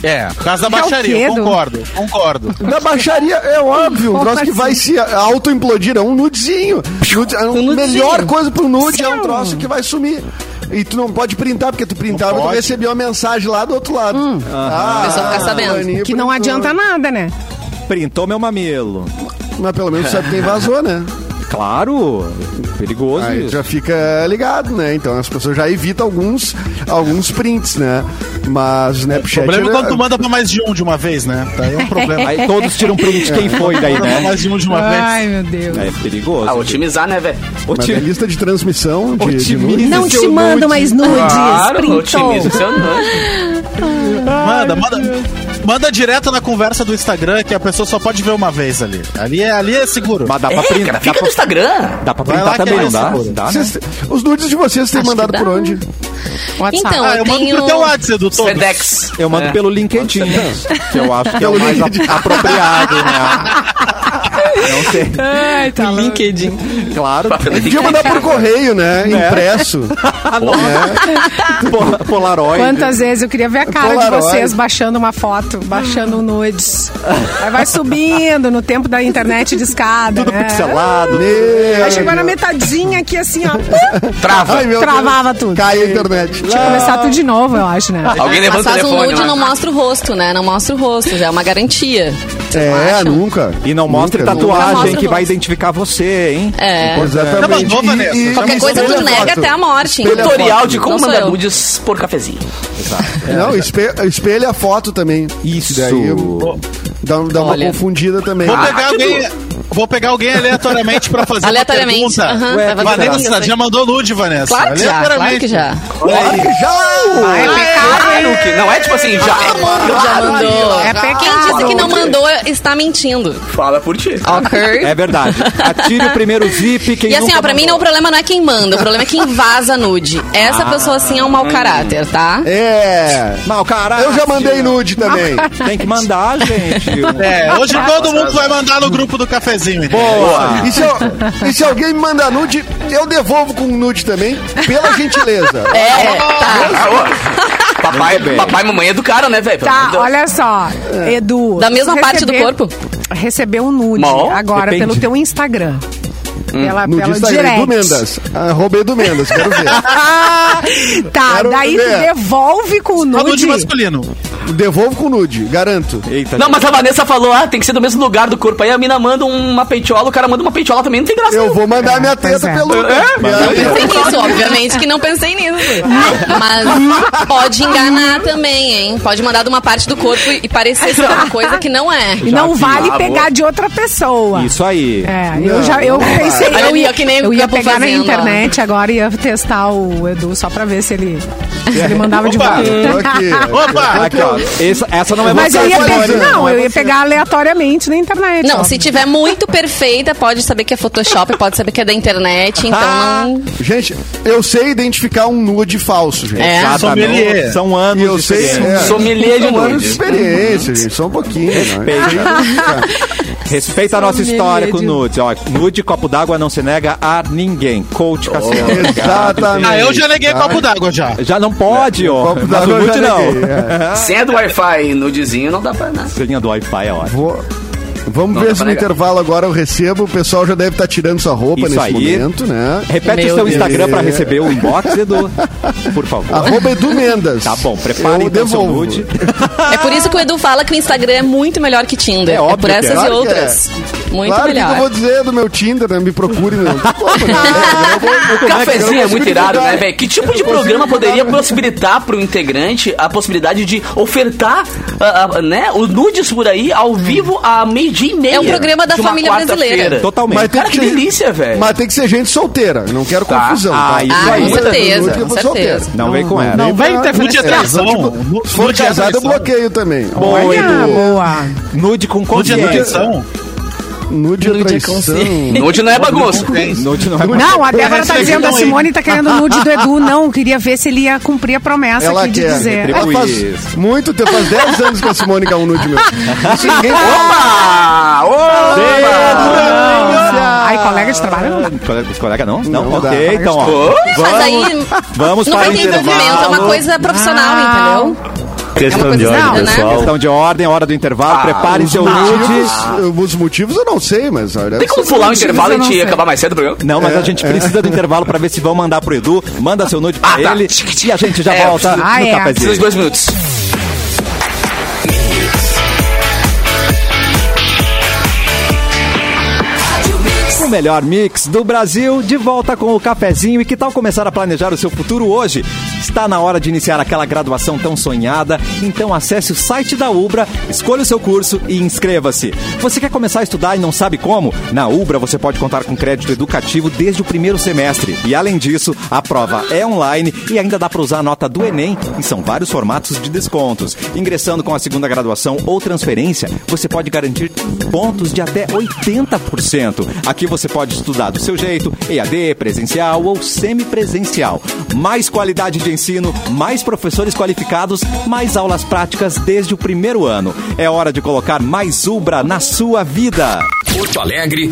Speaker 6: É, por causa da
Speaker 3: Que é o
Speaker 6: baixaria, eu
Speaker 3: quê,
Speaker 6: concordo, concordo.
Speaker 2: Na baixaria, é óbvio, um troço que vai se autoimplodir, é um nudezinho. Nude, é a
Speaker 5: Um nudezinho.
Speaker 2: melhor coisa pro nude é um troço que vai sumir. E tu não pode printar, porque tu printava
Speaker 6: Não
Speaker 2: e tu
Speaker 6: pode.
Speaker 2: recebia uma mensagem lá do outro lado.
Speaker 5: Hum.
Speaker 2: Ah,
Speaker 5: A pessoa fica sabendo.
Speaker 2: Maninho
Speaker 3: Que não
Speaker 2: printou.
Speaker 3: adianta nada, né?
Speaker 1: Printou meu mamilo.
Speaker 2: Mas pelo menos sabe quem vazou, né?
Speaker 1: Claro, perigoso
Speaker 2: Aí
Speaker 1: isso.
Speaker 2: já fica ligado, né? Então as pessoas já evitam alguns, alguns prints, né? Mas né, o
Speaker 6: O
Speaker 2: Snapchat.
Speaker 6: problema é
Speaker 2: era-
Speaker 6: quando tu manda pra mais de um de uma vez, né? Daí é um problema.
Speaker 1: Aí todos tiram print de quem foi daí,
Speaker 6: Manda pra
Speaker 1: né?
Speaker 6: mais de um de uma vez.
Speaker 3: meu Deus.
Speaker 1: É perigoso.
Speaker 4: Ah, otimizar, né, velho?
Speaker 2: Mas a lista de transmissão de, de
Speaker 1: Otimiza.
Speaker 2: nudes-
Speaker 3: Não te
Speaker 1: Seu é nude. Ah.
Speaker 3: mando mais nudes.
Speaker 4: Claro,
Speaker 3: printou.
Speaker 4: otimiza o seu nome.
Speaker 6: Manda, manda. Manda direto na conversa do Instagram que a pessoa só pode ver uma vez ali. Ali é, ali é seguro.
Speaker 1: Mas dá pra
Speaker 4: É,
Speaker 1: printar.
Speaker 4: cara,
Speaker 1: Dá
Speaker 4: fica no
Speaker 1: pra,
Speaker 4: Instagram.
Speaker 1: dá pra
Speaker 6: Vai
Speaker 1: printar
Speaker 6: lá que
Speaker 1: também,
Speaker 6: é
Speaker 1: não dá?
Speaker 6: isso,
Speaker 1: Dá, né?
Speaker 2: Vocês- os nudes de vocês têm
Speaker 5: Acho que
Speaker 2: mandado
Speaker 5: dá. né?
Speaker 2: por onde?
Speaker 3: WhatsApp.
Speaker 5: Então,
Speaker 6: Ah, eu mando
Speaker 5: tenho-
Speaker 6: pro teu WhatsApp, do todo.
Speaker 4: FedEx.
Speaker 1: Eu mando
Speaker 4: É.
Speaker 1: pelo LinkedIn, que eu acho que é o mais
Speaker 2: LinkedIn.
Speaker 1: a- apropriado, né? Não sei. Ai, tá LinkedIn. Claro.
Speaker 4: Pelo
Speaker 2: Podia mandar por correio, né? Impresso.
Speaker 1: Pol- Polaroid.
Speaker 3: Quantas vezes eu queria ver a cara
Speaker 2: Polaroid.
Speaker 3: de vocês baixando uma foto, baixando um nudes. Aí vai subindo no tempo da internet de escada.
Speaker 1: Tudo
Speaker 3: né?
Speaker 1: pixelado.
Speaker 2: Meu
Speaker 3: Aí chegou na
Speaker 2: Deus.
Speaker 3: metadinha aqui assim, ó.
Speaker 4: Trava.
Speaker 2: Ai, meu
Speaker 3: Travava tudo.
Speaker 2: Cai a internet.
Speaker 3: Tinha que
Speaker 5: Ah.
Speaker 3: começar tudo de novo, eu acho, né?
Speaker 4: Alguém
Speaker 5: Mas
Speaker 4: levanta o
Speaker 5: faz um
Speaker 4: telefone.
Speaker 5: nude e
Speaker 4: né?
Speaker 5: não mostra o rosto, né? Não mostra o rosto, já é uma garantia.
Speaker 2: É,
Speaker 5: acham?
Speaker 2: nunca.
Speaker 1: E não mostre
Speaker 2: Nunca, nunca.
Speaker 5: Não
Speaker 1: tatuagem né?
Speaker 5: mostra
Speaker 1: que vai
Speaker 5: nudes.
Speaker 1: identificar você, hein?
Speaker 5: É.
Speaker 2: Exatamente.
Speaker 6: Não, mas boa, Vanessa.
Speaker 5: Qualquer coisa tu
Speaker 2: espelha
Speaker 5: nega
Speaker 2: foto.
Speaker 5: até a morte. então.
Speaker 2: Espelha
Speaker 4: Tutorial de como
Speaker 5: Não sou
Speaker 4: mandar
Speaker 5: eu.
Speaker 4: nudes por cafezinho.
Speaker 2: Não, espelha, espelha a foto também.
Speaker 1: Isso.
Speaker 2: Daí dá, um, dá uma
Speaker 5: Olha.
Speaker 2: confundida também.
Speaker 6: Vou
Speaker 5: Ah,
Speaker 6: pegar, alguém, vou pegar alguém aleatoriamente pra fazer
Speaker 5: Aleatoriamente.
Speaker 6: uma pergunta.
Speaker 1: Ué,
Speaker 5: aham, vai fazer
Speaker 1: Vanessa,
Speaker 5: perguntas
Speaker 6: Vanessa,
Speaker 5: aí.
Speaker 6: já mandou nude, Vanessa.
Speaker 5: Claro que já, claro que já.
Speaker 2: Claro que já!
Speaker 3: É pecado, hein?
Speaker 4: Claro que não é tipo assim, já é.
Speaker 5: Já mandou.
Speaker 3: É pecado.
Speaker 5: Quem disse que não mandou está mentindo.
Speaker 4: Fala por ti.
Speaker 5: Ok?
Speaker 1: É verdade. Atire o primeiro zip. Quem
Speaker 5: E assim,
Speaker 1: nunca
Speaker 5: ó, pra mim não, o
Speaker 1: mandou.
Speaker 5: problema não é quem manda, o problema é quem vaza nude. Essa pessoa, assim, é um mau caráter, tá?
Speaker 2: É.
Speaker 1: Mal, caralho.
Speaker 2: Eu já mandei nude também.
Speaker 1: Tem que mandar, gente.
Speaker 6: É, hoje todo mundo vai mandar no grupo do cafezinho. então.
Speaker 1: Boa.
Speaker 2: E se, eu- e se alguém me mandar nude, eu devolvo com nude também, pela gentileza.
Speaker 5: É, tá.
Speaker 4: Ah, ô. Papai,
Speaker 1: Muito bem.
Speaker 4: papai e mamãe é do cara, né, velho? Pelo amor
Speaker 3: Tá,
Speaker 4: de Deus.
Speaker 3: olha só, Edu.
Speaker 5: Da mesma
Speaker 3: tu
Speaker 5: parte do corpo?
Speaker 3: Recebeu um nude
Speaker 4: Bom,
Speaker 3: agora
Speaker 1: depende.
Speaker 3: pelo teu Instagram.
Speaker 5: Hum.
Speaker 3: Pela,
Speaker 2: No
Speaker 3: pelo
Speaker 2: Instagram,
Speaker 3: direct.
Speaker 2: Edu Mendes. Ah, roubei do Mendes, quero ver.
Speaker 3: Tá,
Speaker 2: Quero
Speaker 3: daí tu
Speaker 2: ver.
Speaker 3: devolve com o
Speaker 6: Só Tá nude
Speaker 3: nude.
Speaker 6: masculino.
Speaker 2: Devolvo com nude, garanto.
Speaker 1: Eita.
Speaker 4: Não, mas a Vanessa falou, ah, tem que ser do mesmo lugar do corpo. Aí a mina manda uma peitiola, o cara manda uma peitiola também, não tem graça.
Speaker 2: Eu vou mandar minha
Speaker 3: pois
Speaker 2: teta
Speaker 3: é.
Speaker 2: pelo.
Speaker 4: É?
Speaker 2: Minha-
Speaker 5: Pensei nisso, obviamente que não pensei nisso. Mas pode enganar também, hein? Pode mandar de uma parte do corpo e parecer ser uma coisa que não é.
Speaker 3: E
Speaker 1: Já
Speaker 3: não
Speaker 1: vi.
Speaker 3: vale
Speaker 4: Ah,
Speaker 3: pegar
Speaker 4: boa.
Speaker 3: de outra pessoa.
Speaker 1: Isso aí.
Speaker 3: É,
Speaker 2: Não,
Speaker 3: eu já eu
Speaker 2: não vai.
Speaker 3: pensei,
Speaker 5: Olha
Speaker 3: eu
Speaker 5: ali,
Speaker 3: ia,
Speaker 5: ó, que nem
Speaker 3: eu
Speaker 5: o
Speaker 3: ia
Speaker 5: Campo
Speaker 3: pegar na
Speaker 5: fazendo, ó.
Speaker 3: internet agora e ia testar o Edu só pra ver se ele, se
Speaker 2: É.
Speaker 3: ele mandava de
Speaker 6: Opa.
Speaker 2: Tô
Speaker 3: volta.
Speaker 2: aqui.
Speaker 6: Opa!
Speaker 1: Aqui, ó. Essa, essa não é
Speaker 3: Mas
Speaker 1: você,
Speaker 3: eu ia
Speaker 2: Você
Speaker 1: Flávia.
Speaker 2: pode,
Speaker 3: pegar, não,
Speaker 2: não é
Speaker 3: eu ia
Speaker 2: você.
Speaker 3: pegar aleatoriamente na internet.
Speaker 5: Não,
Speaker 3: ó.
Speaker 5: se tiver muito perfeita, pode saber que é Photoshop, pode saber que é da internet, então
Speaker 2: Ah.
Speaker 5: não.
Speaker 2: é. Gente, eu sei identificar um nude falso, gente.
Speaker 5: É.
Speaker 1: Ah, tá,
Speaker 6: Sommelier.
Speaker 1: não. São anos
Speaker 2: Eu
Speaker 1: de
Speaker 2: sei.
Speaker 1: experiência.
Speaker 2: é.
Speaker 4: Sommelier de
Speaker 2: São anos
Speaker 4: nude.
Speaker 2: de experiência, gente. Só um pouquinho. né?
Speaker 1: Respeito. Respeita a nossa
Speaker 3: Meu
Speaker 1: história com
Speaker 3: Deus.
Speaker 1: nudes. Ó, nude, copo d'água não se nega a ninguém. Coach Cassiano.
Speaker 2: Exatamente.
Speaker 6: Ah, eu já neguei
Speaker 5: Tá.
Speaker 6: copo d'água já.
Speaker 1: Já não pode, ó.
Speaker 2: copo
Speaker 1: Mas o
Speaker 2: d'água eu
Speaker 1: nude
Speaker 2: já
Speaker 1: não.
Speaker 2: neguei, é.
Speaker 4: Sem a do Wi-Fi nudezinho, não dá pra nada.
Speaker 1: Senha do Wi-Fi é ótimo.
Speaker 2: Vou- Vamos
Speaker 4: Não dá
Speaker 1: tá
Speaker 2: ver se
Speaker 4: pra
Speaker 2: no
Speaker 4: negar.
Speaker 2: intervalo agora eu recebo. O pessoal já deve estar tirando sua roupa
Speaker 1: Isso
Speaker 2: nesse
Speaker 1: aí.
Speaker 2: momento, né?
Speaker 1: Repete o seu
Speaker 5: Meu Deus.
Speaker 1: Instagram pra receber o inbox, Edu. Por favor.
Speaker 2: Arroba Edu Mendas.
Speaker 1: Tá bom, prepare
Speaker 2: eu
Speaker 1: então seu
Speaker 2: devolvo.
Speaker 1: nude.
Speaker 5: É por isso que o Edu fala que o Instagram é muito melhor que Tinder.
Speaker 1: É
Speaker 5: É,
Speaker 1: óbvio
Speaker 5: por
Speaker 1: que é.
Speaker 5: essas
Speaker 2: Claro
Speaker 5: e
Speaker 2: que
Speaker 5: outras. Muito
Speaker 2: claro, o que que eu vou
Speaker 5: melhor.
Speaker 2: dizer do meu Tinder, né? Me procure, não. Como, né? Eu vou- eu vou- eu
Speaker 4: Cafezinho
Speaker 2: não
Speaker 4: é muito
Speaker 2: consigo
Speaker 4: irado,
Speaker 2: divulgar.
Speaker 4: né, velho? Que tipo de
Speaker 2: Eu não consigo
Speaker 4: programa poderia
Speaker 2: divulgar.
Speaker 4: possibilitar pro integrante a possibilidade de ofertar, ah, ah, né, o nudes por aí ao vivo a meio-dia e meia?
Speaker 5: É um programa da
Speaker 4: de uma
Speaker 5: família brasileira.
Speaker 4: quarta-feira?
Speaker 1: Totalmente.
Speaker 2: Mas tem
Speaker 4: Cara, que
Speaker 2: ser-
Speaker 4: delícia, velho.
Speaker 2: Mas tem que ser gente solteira. Não quero
Speaker 4: Tá.
Speaker 2: confusão.
Speaker 1: Ah,
Speaker 2: tá?
Speaker 1: isso
Speaker 5: Ah,
Speaker 1: aí.
Speaker 5: com
Speaker 2: Nude é
Speaker 5: certeza,
Speaker 2: nude, eu
Speaker 5: com
Speaker 2: vou
Speaker 5: certeza.
Speaker 1: Não vem com ela.
Speaker 3: Não vem
Speaker 2: pra-
Speaker 3: interferência.
Speaker 2: É, exato, tipo,
Speaker 6: Nu-
Speaker 2: Se for
Speaker 6: nude é
Speaker 2: casado, eu
Speaker 6: traição.
Speaker 2: bloqueio também.
Speaker 1: Boa,
Speaker 3: Olha,
Speaker 1: Edu.
Speaker 3: Ah, boa.
Speaker 1: Nude com
Speaker 6: Nude é
Speaker 1: consciência.
Speaker 6: traição?
Speaker 2: Nude é traição.
Speaker 4: Nude não é bagunça.
Speaker 1: Nude não é
Speaker 3: Não, a Débora
Speaker 6: Esse
Speaker 3: tá
Speaker 6: daqui
Speaker 3: dizendo,
Speaker 6: não,
Speaker 3: a
Speaker 6: hein?
Speaker 3: Simone tá querendo nude do Edu. Não, queria ver se ele ia cumprir a promessa
Speaker 2: Ela
Speaker 3: aqui de
Speaker 2: quer.
Speaker 3: dizer.
Speaker 1: Retribuir.
Speaker 2: Ela faz muito tempo, faz 10 anos que a Simone quer um nude meu. Isso ninguém...
Speaker 4: Opa! Opa!
Speaker 3: Ah, Ai, colega de trabalho não dá.
Speaker 1: Colega- Os colegas não? Não,
Speaker 2: Não dá.
Speaker 1: ok, então, ó.
Speaker 5: Mas aí
Speaker 1: Vamos
Speaker 5: não
Speaker 1: para
Speaker 5: vai
Speaker 1: o
Speaker 5: ter envolvimento, é uma
Speaker 1: intervalo.
Speaker 5: coisa profissional, entendeu?
Speaker 7: Questão
Speaker 5: coisa
Speaker 7: de ordem,
Speaker 5: séria, né?
Speaker 7: pessoal.
Speaker 1: Questão de ordem, hora do intervalo.
Speaker 4: Ah,
Speaker 1: Prepare seu nude.
Speaker 2: Motivos, os motivos eu não sei, mas... olha,
Speaker 4: Tem como
Speaker 2: deve ser-
Speaker 4: pular o
Speaker 3: motivos
Speaker 4: intervalo
Speaker 3: eu
Speaker 4: e
Speaker 3: não
Speaker 4: te
Speaker 3: sei.
Speaker 4: acabar mais cedo o programa?
Speaker 1: Não, mas a gente precisa do intervalo pra ver se vão mandar pro Edu. Manda seu nude pra
Speaker 4: é. Ah, tá.
Speaker 1: ele e a gente já
Speaker 4: É,
Speaker 1: volta
Speaker 3: preciso- Ah,
Speaker 1: no
Speaker 3: é.
Speaker 4: Precisa de
Speaker 1: cafezinho.
Speaker 4: dois minutos.
Speaker 1: O melhor mix do Brasil, de volta com o cafezinho. E que tal começar a planejar o seu futuro hoje? Está na hora de iniciar aquela graduação tão sonhada, então acesse o site da Ubra, escolha o seu curso e inscreva-se. Você quer começar a estudar e não sabe como? Na Ubra você pode contar com crédito educativo desde o primeiro semestre. E além disso, a prova é online e ainda dá para usar a nota do Enem e são vários formatos de descontos. Ingressando com a segunda graduação ou transferência, você pode garantir pontos de até 80%. Aqui você pode estudar do seu jeito, EAD, presencial ou semipresencial. Mais qualidade de ensino, mais professores qualificados, mais aulas práticas desde o primeiro ano. É hora de colocar mais Ubra na sua vida.
Speaker 8: Porto Alegre,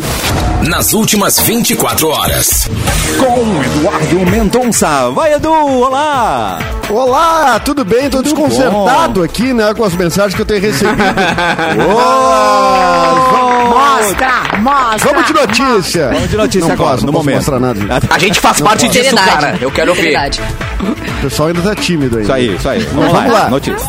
Speaker 8: nas últimas 24 horas.
Speaker 1: Com Eduardo Mendonça. Vai, Edu! Olá!
Speaker 2: Olá, Ah, tudo bem? Tô desconcertado
Speaker 1: bom.
Speaker 2: aqui, né, com as mensagens que eu tenho recebido.
Speaker 3: Mostra, mostra.
Speaker 2: Vamos de notícia.
Speaker 1: Vamos de notícia
Speaker 2: não
Speaker 1: agora, no
Speaker 2: posso, não posso
Speaker 1: momento.
Speaker 2: mostrar nada. gente.
Speaker 4: A gente faz parte disso,
Speaker 5: Seriedade.
Speaker 4: cara. Eu quero ver.
Speaker 5: Seriedade.
Speaker 2: O pessoal ainda tá tímido ainda.
Speaker 1: Isso aí, isso aí. Vamos,
Speaker 2: Vamos
Speaker 1: lá.
Speaker 2: lá.
Speaker 1: Notícia.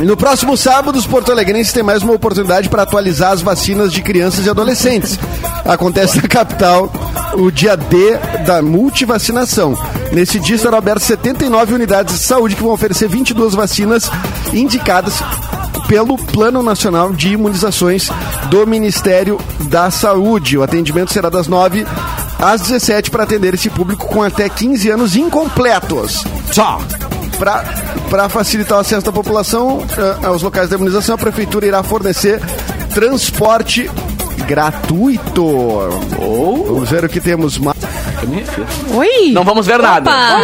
Speaker 2: No próximo sábado, os porto-alegrenses têm mais uma oportunidade para atualizar as vacinas de crianças e adolescentes. Acontece na capital o dia D da multivacinação. Nesse dia estarão abertas 79 unidades de saúde que vão oferecer 22 vacinas indicadas pelo Plano Nacional de Imunizações do Ministério da Saúde. O atendimento será das 9 às 17 para atender esse público com até 15 anos incompletos.
Speaker 1: Tchau.
Speaker 2: Para facilitar o acesso da população eh, aos locais de imunização, a prefeitura irá fornecer transporte gratuito.
Speaker 1: Oh.
Speaker 2: Vamos ver o que temos mais.
Speaker 3: Oi.
Speaker 4: Não vamos ver nada.
Speaker 5: Pá,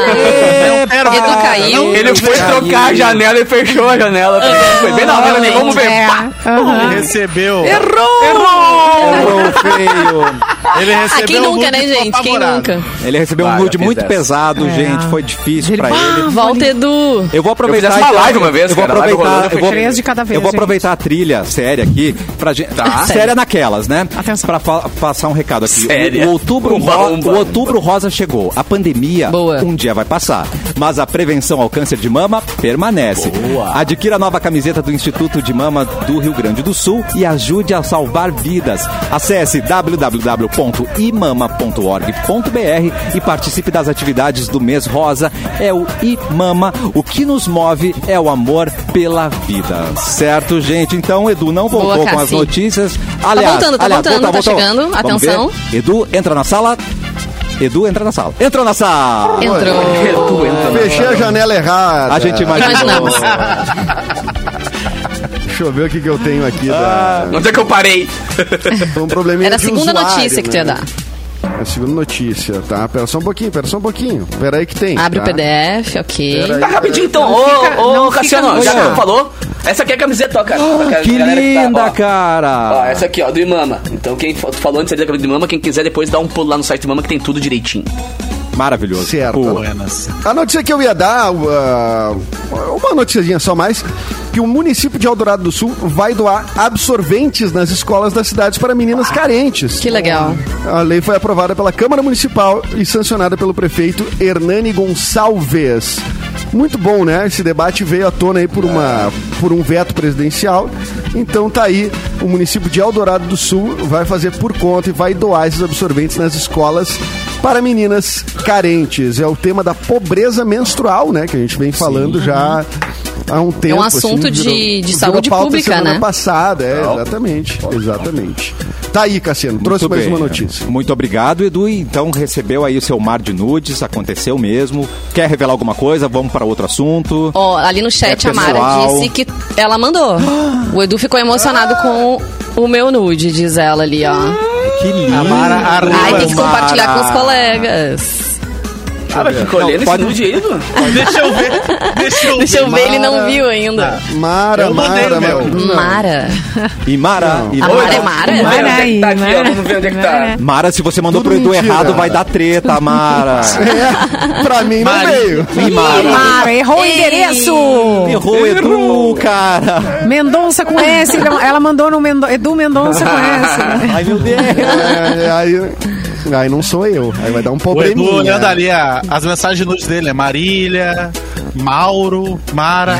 Speaker 5: Edu caiu.
Speaker 4: Ele foi trocar a janela e fechou a janela. Foi bem na hora, né? Vamos ver.
Speaker 3: É,
Speaker 4: Pá.
Speaker 3: aham.
Speaker 6: Recebeu.
Speaker 1: Errou feio.
Speaker 6: Ele recebeu. um
Speaker 5: Ah, quem
Speaker 6: o
Speaker 5: nunca,
Speaker 6: nude
Speaker 5: né,
Speaker 6: e ficou
Speaker 5: gente? Quem
Speaker 6: apavorado.
Speaker 5: nunca?
Speaker 1: Ele recebeu um
Speaker 4: Vai,
Speaker 1: nude
Speaker 4: eu fiz
Speaker 1: muito
Speaker 4: essa.
Speaker 1: pesado,
Speaker 3: É.
Speaker 1: gente. Foi difícil pra ele.
Speaker 5: Volta, Edu.
Speaker 1: Eu vou aproveitar.
Speaker 4: Eu fiz essa
Speaker 1: então,
Speaker 4: live uma vez,
Speaker 1: eu vou
Speaker 4: cara. Live
Speaker 1: aproveitar.
Speaker 4: rolando, eu
Speaker 1: eu vou,
Speaker 4: fechei.
Speaker 3: Três de cada vez,
Speaker 1: eu vou
Speaker 3: gente.
Speaker 1: aproveitar a trilha séria aqui pra gente. Séria naquelas, né?
Speaker 3: Atenção.
Speaker 1: Pra fa- passar um recado aqui.
Speaker 4: Séria.
Speaker 1: O, o outubro,
Speaker 4: Umba,
Speaker 1: ro-
Speaker 4: umba,
Speaker 1: o outubro rosa chegou. A pandemia
Speaker 5: Boa.
Speaker 1: um dia vai passar. Mas a prevenção ao câncer de mama permanece. Adquira a nova camiseta do Instituto de Mama do Rio Grande do Sul e ajude a salvar vidas. Acesse www.imama.org.br e participe das atividades do mês rosa. É o Imama. O que nos move é o amor pela vida. Certo, gente? Então, Edu não
Speaker 5: Boa,
Speaker 1: voltou com
Speaker 5: Cassi.
Speaker 1: as notícias. Aliás,
Speaker 5: voltando, tá
Speaker 1: aliás,
Speaker 5: voltando,
Speaker 1: voltou,
Speaker 5: tá
Speaker 1: voltou.
Speaker 5: chegando.
Speaker 1: Vamos
Speaker 5: Atenção.
Speaker 1: ver. Edu, entra na sala. Edu, entra na sala. Entra na sala!
Speaker 4: É.
Speaker 5: Entrou.
Speaker 4: Tu entra na-
Speaker 2: Fechei a janela errada.
Speaker 1: Ah. A gente imaginou.
Speaker 5: Imaginamos.
Speaker 2: Deixa eu ver o que, que eu tenho aqui. Da...
Speaker 4: Onde é que eu parei?
Speaker 1: Ah.
Speaker 2: Foi um probleminha
Speaker 5: Era a
Speaker 2: de
Speaker 5: segunda
Speaker 2: usuário,
Speaker 5: notícia que tu ia
Speaker 2: né?
Speaker 5: dar.
Speaker 2: É a segunda notícia, tá? Pera só um pouquinho, pera só um pouquinho. Pera aí que tem.
Speaker 5: Abre o
Speaker 2: tá?
Speaker 5: PDF, ok.
Speaker 2: Pera aí.
Speaker 4: Tá rapidinho então. Ô, ô,
Speaker 3: não fica
Speaker 4: Cassiano,
Speaker 3: no
Speaker 4: já que
Speaker 3: chão.
Speaker 4: tu falou, Essa aqui é a camiseta, ó, cara. Pra
Speaker 1: Ah,
Speaker 4: cara-
Speaker 1: que
Speaker 4: galera tá-
Speaker 1: linda,
Speaker 4: ó. Ó,
Speaker 1: cara!
Speaker 4: essa aqui, ó, do Imama. Então, quem fa- tu falou antes ali da camisa do Imama, quem quiser depois dá um pulo lá no site do Imama que tem tudo direitinho.
Speaker 1: Maravilhoso.
Speaker 2: Certo.
Speaker 1: Pô,
Speaker 6: Buenas.
Speaker 2: A notícia que eu ia dar, uh, uma noticiazinha só mais, que o município de Eldorado do Sul vai doar absorventes nas escolas das cidades para meninas carentes.
Speaker 5: Que legal.
Speaker 2: A lei foi aprovada pela Câmara Municipal e sancionada pelo prefeito Hernani Gonçalves. Muito bom, né? Esse debate veio à tona aí por, uma, por um veto presidencial. Então tá aí, o município de Eldorado do Sul vai fazer por conta e vai doar esses absorventes nas escolas para meninas carentes. É o tema da pobreza menstrual, né? Que a gente vem falando já há um tempo.
Speaker 5: É assunto
Speaker 2: assim,
Speaker 5: de- de
Speaker 2: virou
Speaker 5: saúde
Speaker 2: pauta
Speaker 5: pública,
Speaker 2: semana
Speaker 5: né?
Speaker 2: passada, é, exatamente. Exatamente. Tá aí, Cassiano, trouxe
Speaker 1: muito
Speaker 2: mais
Speaker 1: bem.
Speaker 2: uma notícia.
Speaker 1: Muito obrigado, Edu. Então recebeu aí o seu mar de nudes, aconteceu mesmo. Quer revelar alguma coisa? Vamos para outro assunto.
Speaker 5: Ó, ali no chat
Speaker 1: É
Speaker 5: a Mara
Speaker 1: pessoal.
Speaker 5: disse que ela mandou. O Edu ficou emocionado com o meu nude, diz ela ali, ó.
Speaker 1: Que lindo.
Speaker 6: Mara Arruda.
Speaker 5: Ai, tem que
Speaker 1: Mara.
Speaker 5: compartilhar com os colegas.
Speaker 4: Cara, ficou olhando esse nude aí, Edu.
Speaker 6: Deixa eu ver. Deixa eu
Speaker 5: Deixa eu ver, ele não
Speaker 2: Mara.
Speaker 5: viu ainda.
Speaker 2: Mara,
Speaker 6: Eu mandei
Speaker 2: Mara,
Speaker 6: o meu.
Speaker 2: Mara.
Speaker 5: Mara.
Speaker 1: E Mara, e
Speaker 5: A
Speaker 1: Mara.
Speaker 5: Mara é Mara?
Speaker 4: Vamos ver
Speaker 3: Mara
Speaker 4: onde é que
Speaker 3: aí,
Speaker 4: tá aqui, ó.
Speaker 3: Mara.
Speaker 4: Vamos ver onde é que tá.
Speaker 3: Mara.
Speaker 1: Mara, se você mandou
Speaker 2: Tudo
Speaker 1: pro Edu
Speaker 2: mentira.
Speaker 1: errado, vai dar treta, Mara.
Speaker 2: É, pra mim não
Speaker 6: Mari.
Speaker 2: veio.
Speaker 1: e Mara.
Speaker 3: Mara, errou o
Speaker 5: Ei.
Speaker 3: endereço.
Speaker 1: Errou, Edu, cara.
Speaker 3: Mendonça com S. não, Ela mandou no Mendo... Edu Mendonça com S.
Speaker 1: Ai, meu Deus.
Speaker 2: É, aí, aí não sou eu. Aí vai dar um
Speaker 6: O Edu
Speaker 2: probleminha.
Speaker 6: olhando ali a- as mensagens nudes dele, é Marília, Mauro, Mara.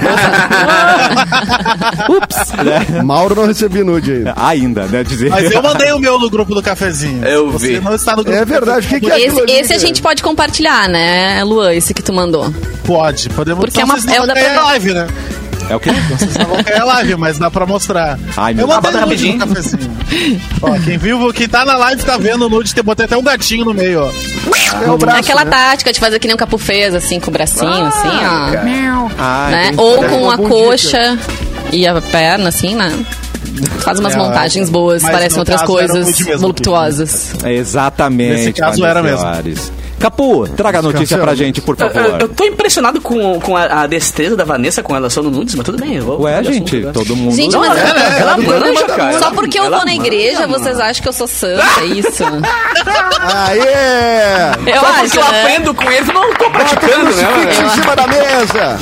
Speaker 2: Mauro não recebi nude ainda.
Speaker 1: Né? Ainda, né? Dizer.
Speaker 6: Mas eu mandei o meu no grupo do cafezinho.
Speaker 4: Eu
Speaker 6: Você
Speaker 4: vi.
Speaker 6: não está no grupo.
Speaker 2: É
Speaker 6: do
Speaker 2: verdade, o que, que é
Speaker 5: Esse,
Speaker 2: aquilo ali,
Speaker 5: esse a
Speaker 2: cara?
Speaker 5: gente pode compartilhar, né, Luan? Esse que tu mandou.
Speaker 6: cafezinho. Pode, podemos
Speaker 5: Porque
Speaker 6: então
Speaker 5: é uma-
Speaker 6: vocês
Speaker 5: é
Speaker 6: não
Speaker 5: o da
Speaker 6: vão cair
Speaker 5: primeira-
Speaker 6: a live, né?
Speaker 1: É o que?
Speaker 6: Vocês não vão cair a live, mas dá pra mostrar.
Speaker 1: Ai, meu
Speaker 6: eu
Speaker 1: Deus.
Speaker 6: mandei
Speaker 4: Ah, bota
Speaker 6: nude no cafezinho. Ó, quem viu, quem tá na live tá vendo o nude, tem- botei até um gatinho no meio, ó.
Speaker 2: É o braço,
Speaker 5: Aquela
Speaker 2: né?
Speaker 5: tática de fazer que nem um capu fez, assim, com o bracinho, assim, ó.
Speaker 1: Ai,
Speaker 5: né?
Speaker 1: tem-
Speaker 5: Ou
Speaker 2: é
Speaker 5: com
Speaker 2: uma
Speaker 5: a
Speaker 2: boa
Speaker 5: coxa e a perna, assim, né? Faz umas
Speaker 6: É,
Speaker 5: montagens boas,
Speaker 6: mas
Speaker 5: parecem
Speaker 6: no
Speaker 5: outras
Speaker 6: caso era um
Speaker 5: coisas
Speaker 6: nude mesmo,
Speaker 5: voluptuosas.
Speaker 1: É Exatamente.
Speaker 6: Nesse caso era
Speaker 1: Vanessa
Speaker 6: mesmo.
Speaker 1: Soares. Capu, traga a notícia pra
Speaker 2: Descansamos.
Speaker 1: gente, por
Speaker 4: Eu, eu- eu
Speaker 1: favor.
Speaker 4: tô impressionado com, com a, a destreza da Vanessa com relação no nudes, mas tudo bem. Eu um vou
Speaker 1: Ué,
Speaker 4: mudar de
Speaker 1: gente,
Speaker 4: assunto agora.
Speaker 1: todo mundo.
Speaker 5: Gente, mas-
Speaker 4: Ela,
Speaker 5: É,
Speaker 4: ela manja, cara.
Speaker 5: Só porque eu
Speaker 4: Ela
Speaker 5: vou na
Speaker 4: manja,
Speaker 5: igreja,
Speaker 4: mano.
Speaker 5: vocês acham que eu sou santa, é isso?
Speaker 2: Aê!
Speaker 5: Eu
Speaker 4: Só
Speaker 5: acho,
Speaker 4: porque eu
Speaker 5: né?
Speaker 4: aprendo com eles, eu não tô praticando, né?
Speaker 2: Crucifixo
Speaker 4: mano?
Speaker 2: em cima da mesa!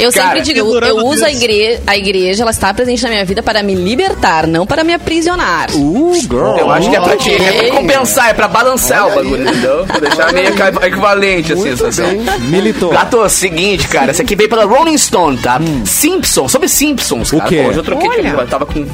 Speaker 5: Eu
Speaker 4: Cara,
Speaker 5: sempre digo, eu,
Speaker 6: segurando
Speaker 5: uso a
Speaker 6: Deus.
Speaker 5: igreja, a igreja, ela está presente na minha vida para me libertar, não para me aprisionar.
Speaker 1: Uh, girl.
Speaker 4: Eu acho que é pra, te, é pra
Speaker 5: Ok.
Speaker 4: compensar, é pra balançar o bagulho, entendeu? Pra deixar meio ca- equivalente, assim, a
Speaker 2: Muito
Speaker 4: sensação.
Speaker 2: bem.
Speaker 1: Militou.
Speaker 4: Gato, seguinte, cara, essa aqui veio pela Rolling Stone, tá? Simpsons, sobre Simpsons, cara.
Speaker 1: quê?
Speaker 4: Hoje eu troquei de
Speaker 3: Olha.
Speaker 4: língua, eu tava com.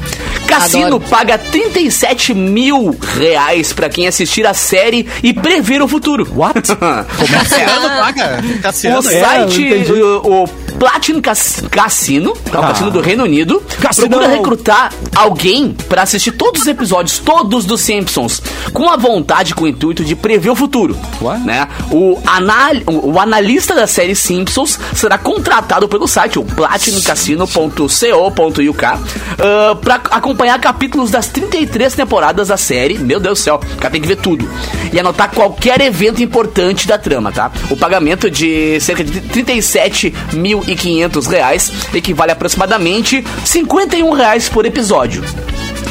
Speaker 4: Cassino
Speaker 5: Adoro.
Speaker 4: paga 37 mil reais pra quem assistir a série e prever o futuro.
Speaker 1: What?
Speaker 5: É.
Speaker 6: Cassiano paga. Cassiano.
Speaker 5: Um
Speaker 4: O
Speaker 6: é.
Speaker 4: site, o, o Platinum Cas- Cassino, tá, o
Speaker 1: Ah. é
Speaker 4: Cassino do Reino Unido,
Speaker 1: Cassinão.
Speaker 4: procura recrutar alguém pra assistir todos os episódios, todos dos Simpsons, com a vontade, com o intuito de prever o futuro.
Speaker 1: Ué?
Speaker 4: Né? O, anal, o, o analista da série Simpsons será contratado pelo site, o platinumcassino.co.uk, ah, pra acompanhar capítulos das 33 temporadas da série. Meu Deus do céu, o cara tem que ver tudo. E anotar qualquer evento importante da trama, tá? O pagamento de cerca de 37.500 reais equivale a aproximadamente 51 reais por episódio.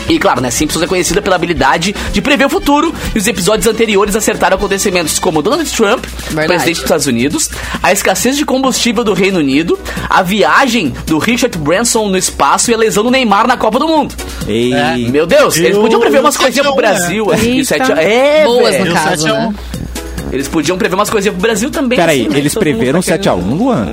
Speaker 4: E claro, né? Simpsons é conhecida pela habilidade de prever o futuro e os episódios anteriores acertaram acontecimentos como Donald Trump, presidente dos Estados Unidos, a escassez de combustível do Reino Unido, a viagem do Richard Branson no espaço e a lesão do Neymar na Copa do Mundo. Né?
Speaker 1: Ei.
Speaker 4: É, Meu Deus,
Speaker 6: E
Speaker 4: eles podiam
Speaker 6: o
Speaker 4: prever umas
Speaker 6: 7
Speaker 4: coisinhas
Speaker 6: a
Speaker 4: pro
Speaker 6: 1, né?
Speaker 4: Brasil. assim,
Speaker 3: Eita.
Speaker 4: 7 a- É,
Speaker 5: Boas,
Speaker 4: velho.
Speaker 5: no
Speaker 6: E o
Speaker 5: caso,
Speaker 6: 7 a 1.
Speaker 5: né?
Speaker 4: Eles podiam prever umas coisinhas pro Brasil também.
Speaker 1: Peraí,
Speaker 4: assim, né?
Speaker 1: eles
Speaker 4: Todo mundo
Speaker 1: preveram
Speaker 4: tá querendo-
Speaker 1: 7x1, Luan?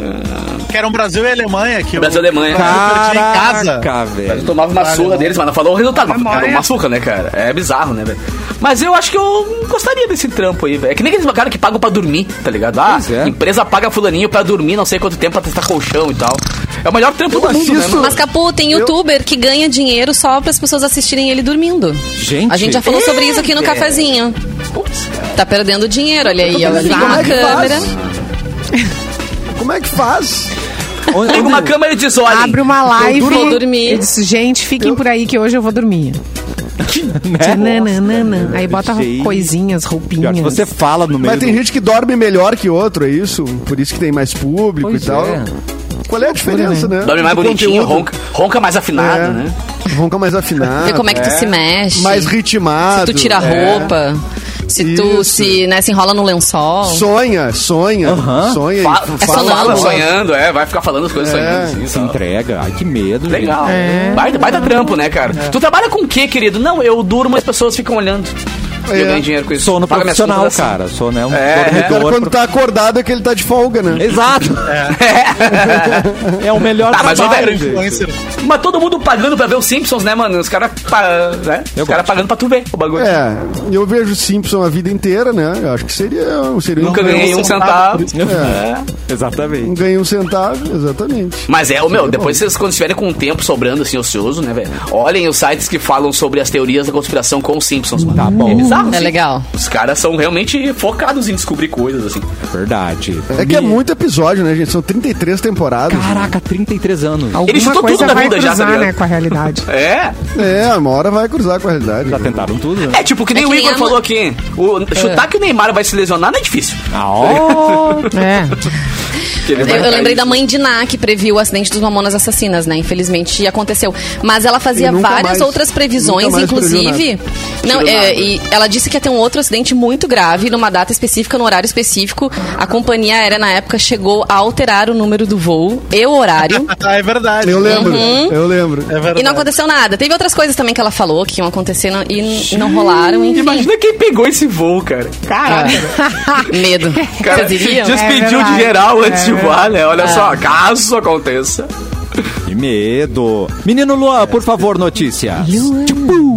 Speaker 6: Que eram um Brasil e Alemanha. Que
Speaker 4: Brasil e Alemanha.
Speaker 6: Eu perdi em casa.
Speaker 1: Caraca, velho.
Speaker 4: É, Eu tomava uma surra deles, mas não falou o resultado. Mas tomava uma surra, né, cara? É bizarro, né, velho? Mas eu acho que eu gostaria desse trampo aí, velho. É que nem aqueles caras que pagam pra dormir, tá ligado? Ah,
Speaker 1: Pois é.
Speaker 4: empresa paga fulaninho pra dormir não sei quanto tempo pra testar colchão e tal. É o melhor trampo
Speaker 2: Eu
Speaker 4: do mundo, né?
Speaker 2: assisto-
Speaker 4: mano?
Speaker 5: Mas, Capu, tem youtuber que ganha dinheiro só para as pessoas assistirem ele dormindo.
Speaker 1: Gente.
Speaker 5: A gente já falou sobre isso
Speaker 2: É.
Speaker 5: aqui no cafezinho.
Speaker 4: Putz,
Speaker 5: Tá perdendo dinheiro, olha aí. ó.
Speaker 2: Mas
Speaker 5: Liga
Speaker 2: como
Speaker 5: uma
Speaker 2: é que faz?
Speaker 5: câmera.
Speaker 2: Como é que faz?
Speaker 1: Onde-
Speaker 4: Liga uma
Speaker 1: onde-
Speaker 4: câmera e diz, olha,
Speaker 3: Abre uma live.
Speaker 5: Eu durmo. Vou dormir.
Speaker 3: Eu disse, gente, fiquem por aí que hoje eu vou dormir. Tchananana. Aí bota
Speaker 1: Gente.
Speaker 3: coisinhas, roupinhas.
Speaker 1: Pior que você fala no meio
Speaker 2: Mas tem gente que dorme melhor que outro, é isso? Por isso que tem mais público
Speaker 1: Pois
Speaker 2: e tal.
Speaker 1: é.
Speaker 2: Qual é a diferença, né?
Speaker 4: Dorme mais
Speaker 2: Do
Speaker 4: bonitinho,
Speaker 2: conteúdo.
Speaker 4: ronca, ronca mais afinado,
Speaker 2: É.
Speaker 4: né?
Speaker 2: Ronca mais afinado.
Speaker 5: Ver como é que tu se mexe.
Speaker 2: Ah, Mais ritmado.
Speaker 5: Se tu tira a
Speaker 2: É.
Speaker 5: roupa. Se tu
Speaker 2: Isso.
Speaker 5: se, né, se enrola no lençol.
Speaker 2: Sonha, sonha,
Speaker 1: Aham.
Speaker 2: sonha. e
Speaker 4: Fala,
Speaker 2: f-
Speaker 5: é
Speaker 4: fala,
Speaker 5: sonâmbulo.
Speaker 4: sonhando, é, vai ficar falando as coisas
Speaker 2: É,
Speaker 4: sonhando. Assim,
Speaker 1: Se
Speaker 4: tal.
Speaker 1: entrega. Ai, que medo, gente.
Speaker 4: Legal. Baita, baita trampo, né, cara?
Speaker 2: É.
Speaker 4: Tu trabalha com o quê, querido? Não, eu durmo, as pessoas ficam olhando. E
Speaker 2: É.
Speaker 4: Eu ganho dinheiro com isso.
Speaker 1: Sou no
Speaker 4: Paga minhas
Speaker 1: profissional,
Speaker 4: contas assim.
Speaker 1: cara. Sou, né, um
Speaker 4: É.
Speaker 2: O cara,
Speaker 1: dormidor.
Speaker 2: quando tá acordado, é que ele tá de folga, né?
Speaker 1: Exato. É. o melhor
Speaker 4: Tá, mas, ô,
Speaker 1: trabalho,
Speaker 4: velho,
Speaker 1: gente.
Speaker 6: Influencer.
Speaker 4: Mas todo mundo pagando pra ver os Simpsons, né, mano? Os caras pa- né? Os
Speaker 1: Eu
Speaker 4: cara
Speaker 1: gosto.
Speaker 4: pagando pra tu ver o bagulho.
Speaker 2: É, eu vejo Simpson a vida inteira, né? Eu acho que seria, seria
Speaker 4: Nunca
Speaker 2: um,
Speaker 4: ganhei um centavo.
Speaker 1: É. Exatamente.
Speaker 2: ganhei um centavo, exatamente.
Speaker 4: Mas é, o meu, depois vocês, quando estiverem com o tempo sobrando, assim, ocioso, né, velho? Olhem os sites que falam sobre as teorias da conspiração com os Simpsons, mano.
Speaker 1: Tá bom.
Speaker 4: É bizarro,
Speaker 5: É
Speaker 4: assim.
Speaker 5: legal.
Speaker 4: Os caras são realmente focados em descobrir coisas, assim.
Speaker 1: Verdade.
Speaker 2: É que é muito episódio, né, gente? São 33 temporadas.
Speaker 1: Caraca, 33 anos.
Speaker 3: Alguma
Speaker 4: chutou
Speaker 3: coisa
Speaker 4: tudo na
Speaker 3: vai
Speaker 4: vida já,
Speaker 3: cruzar,
Speaker 4: tá ligado?
Speaker 3: né, com a realidade.
Speaker 4: É.
Speaker 2: É, uma hora vai cruzar com a realidade.
Speaker 1: Já tentaram tudo, né?
Speaker 4: É tipo que nem
Speaker 5: É que
Speaker 4: o
Speaker 5: nem
Speaker 4: Igor
Speaker 5: a-
Speaker 4: falou aqui. O,
Speaker 1: É.
Speaker 4: chutar que o Neymar vai se lesionar não é difícil.
Speaker 1: Ah, ó.
Speaker 3: é.
Speaker 4: Que ele vai
Speaker 5: Eu, eu
Speaker 4: cair.
Speaker 5: lembrei da mãe de Ná, que previu o acidente dos Mamonas Assassinas, né? Infelizmente aconteceu. Mas ela fazia
Speaker 2: E nunca
Speaker 5: várias
Speaker 2: mais-
Speaker 5: outras previsões,
Speaker 2: nunca mais previu
Speaker 5: inclusive. Não,
Speaker 4: Tirou
Speaker 5: é,
Speaker 4: nada.
Speaker 5: e ela disse que ia ter um outro acidente muito grave, numa data específica, num horário específico. A companhia aérea, na época, chegou a alterar o número do voo e o horário.
Speaker 6: Ah, é verdade.
Speaker 2: Eu lembro, eu lembro.
Speaker 6: É verdade.
Speaker 5: E não aconteceu nada. Teve outras coisas também que ela falou que iam acontecer não- e n- não rolaram, enfim.
Speaker 4: Imagina quem pegou esse voo, cara. Caralho.
Speaker 5: Medo.
Speaker 4: Cara,
Speaker 5: É. Vocês
Speaker 4: se
Speaker 5: iriam?
Speaker 4: despediu
Speaker 3: É
Speaker 4: de
Speaker 3: verdade.
Speaker 4: geral antes
Speaker 3: É
Speaker 4: de voar, né? Olha só, caso aconteça.
Speaker 1: Que medo. Menino Luan, por favor, notícias. Tipo,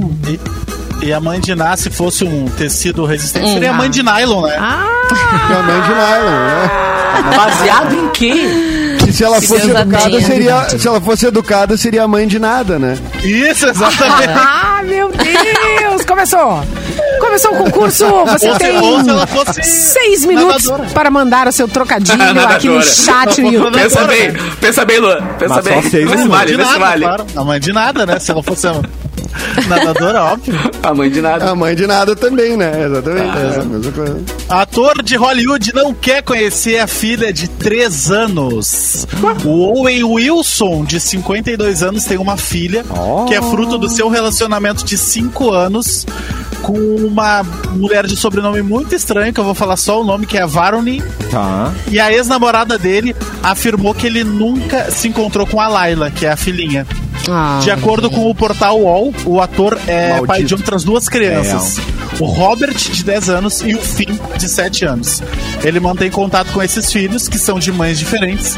Speaker 6: E a mãe de Ná, se fosse um tecido
Speaker 5: Hum.
Speaker 6: resistente, seria a mãe de nylon,
Speaker 5: Ah.
Speaker 6: né?
Speaker 3: Ah,
Speaker 2: Minha é mãe de nylon,
Speaker 4: Baseado em quê?
Speaker 2: né? E se ela fosse
Speaker 5: Deus
Speaker 2: educada,
Speaker 5: abençoe.
Speaker 2: seria. Se ela fosse educada, seria a mãe de nada, né?
Speaker 6: Isso, exatamente.
Speaker 3: Ah, meu Deus! Começou! Começou o concurso! Você
Speaker 6: Ou se-
Speaker 3: tem
Speaker 6: ou se ela fosse
Speaker 3: seis minutos
Speaker 6: nadadora.
Speaker 3: para mandar o seu trocadilho
Speaker 4: Nadadora.
Speaker 3: aqui no chat no YouTube.
Speaker 4: Pensa
Speaker 6: Agora,
Speaker 4: bem, pensa bem, Luan. Pensa
Speaker 1: Mas só
Speaker 4: bem.
Speaker 1: seis
Speaker 4: Vê se
Speaker 1: minutos.
Speaker 4: vale,
Speaker 6: de
Speaker 4: vê se
Speaker 6: nada,
Speaker 4: vale.
Speaker 6: claro. A mãe de nada, né? Se ela fosse a nadadora, óbvio.
Speaker 4: A mãe de nada.
Speaker 3: É.
Speaker 2: A mãe de nada também, né? Exatamente. É a mesma coisa.
Speaker 6: Ator de Hollywood não quer conhecer a filha de 3 anos. O Owen Wilson, de 52 anos, tem uma filha
Speaker 1: Oh.
Speaker 6: que é fruto do seu relacionamento de 5 anos com uma mulher de sobrenome muito estranho, que eu vou falar só o nome, que é a Varony.
Speaker 1: Tá.
Speaker 6: E a ex-namorada dele afirmou que ele nunca se encontrou com a Laila, que é a filhinha.
Speaker 5: Ah.
Speaker 6: De acordo com o portal UOL, o ator é
Speaker 2: Maldito.
Speaker 6: pai de outras duas crianças. O Robert, de 10 anos, e o Finn, de 7 anos. Ele mantém contato com esses filhos, que são de mães diferentes,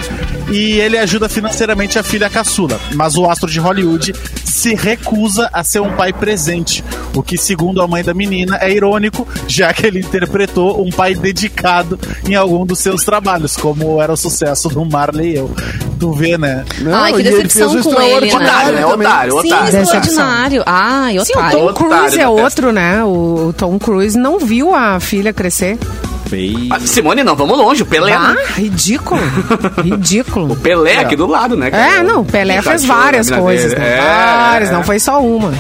Speaker 6: e ele ajuda financeiramente a filha caçula. Mas o astro de Hollywood se recusa a ser um pai presente, o que, segundo a mãe da menina, é irônico, já que ele interpretou um pai dedicado em algum dos seus trabalhos, como era o sucesso do Marley e eu. Tu vê, né?
Speaker 5: Ai, que
Speaker 2: e ele
Speaker 5: decepção
Speaker 2: fez o
Speaker 5: com ele, né?
Speaker 4: Otário,
Speaker 2: extraordinário
Speaker 4: né?
Speaker 2: também.
Speaker 4: Otário,
Speaker 5: Sim,
Speaker 4: otário.
Speaker 5: extraordinário. Ai,
Speaker 3: Sim, o
Speaker 5: otário.
Speaker 3: Tom
Speaker 4: Otário
Speaker 3: Cruise
Speaker 4: da
Speaker 3: é
Speaker 4: testa.
Speaker 3: outro, né? O, o Tom Cruise não viu a filha crescer.
Speaker 1: Feio.
Speaker 4: Ah, Simone, não, vamos longe. O Pelé.
Speaker 3: Ah,
Speaker 4: né?
Speaker 3: ridículo. Ridículo.
Speaker 4: Pelé aqui do lado, né? cara?
Speaker 3: É, não, o Pelé fez
Speaker 4: cachorro,
Speaker 3: várias
Speaker 4: a mina
Speaker 3: coisas,
Speaker 4: dele.
Speaker 3: né?
Speaker 4: É,
Speaker 3: Várias,
Speaker 4: é.
Speaker 3: não foi só uma.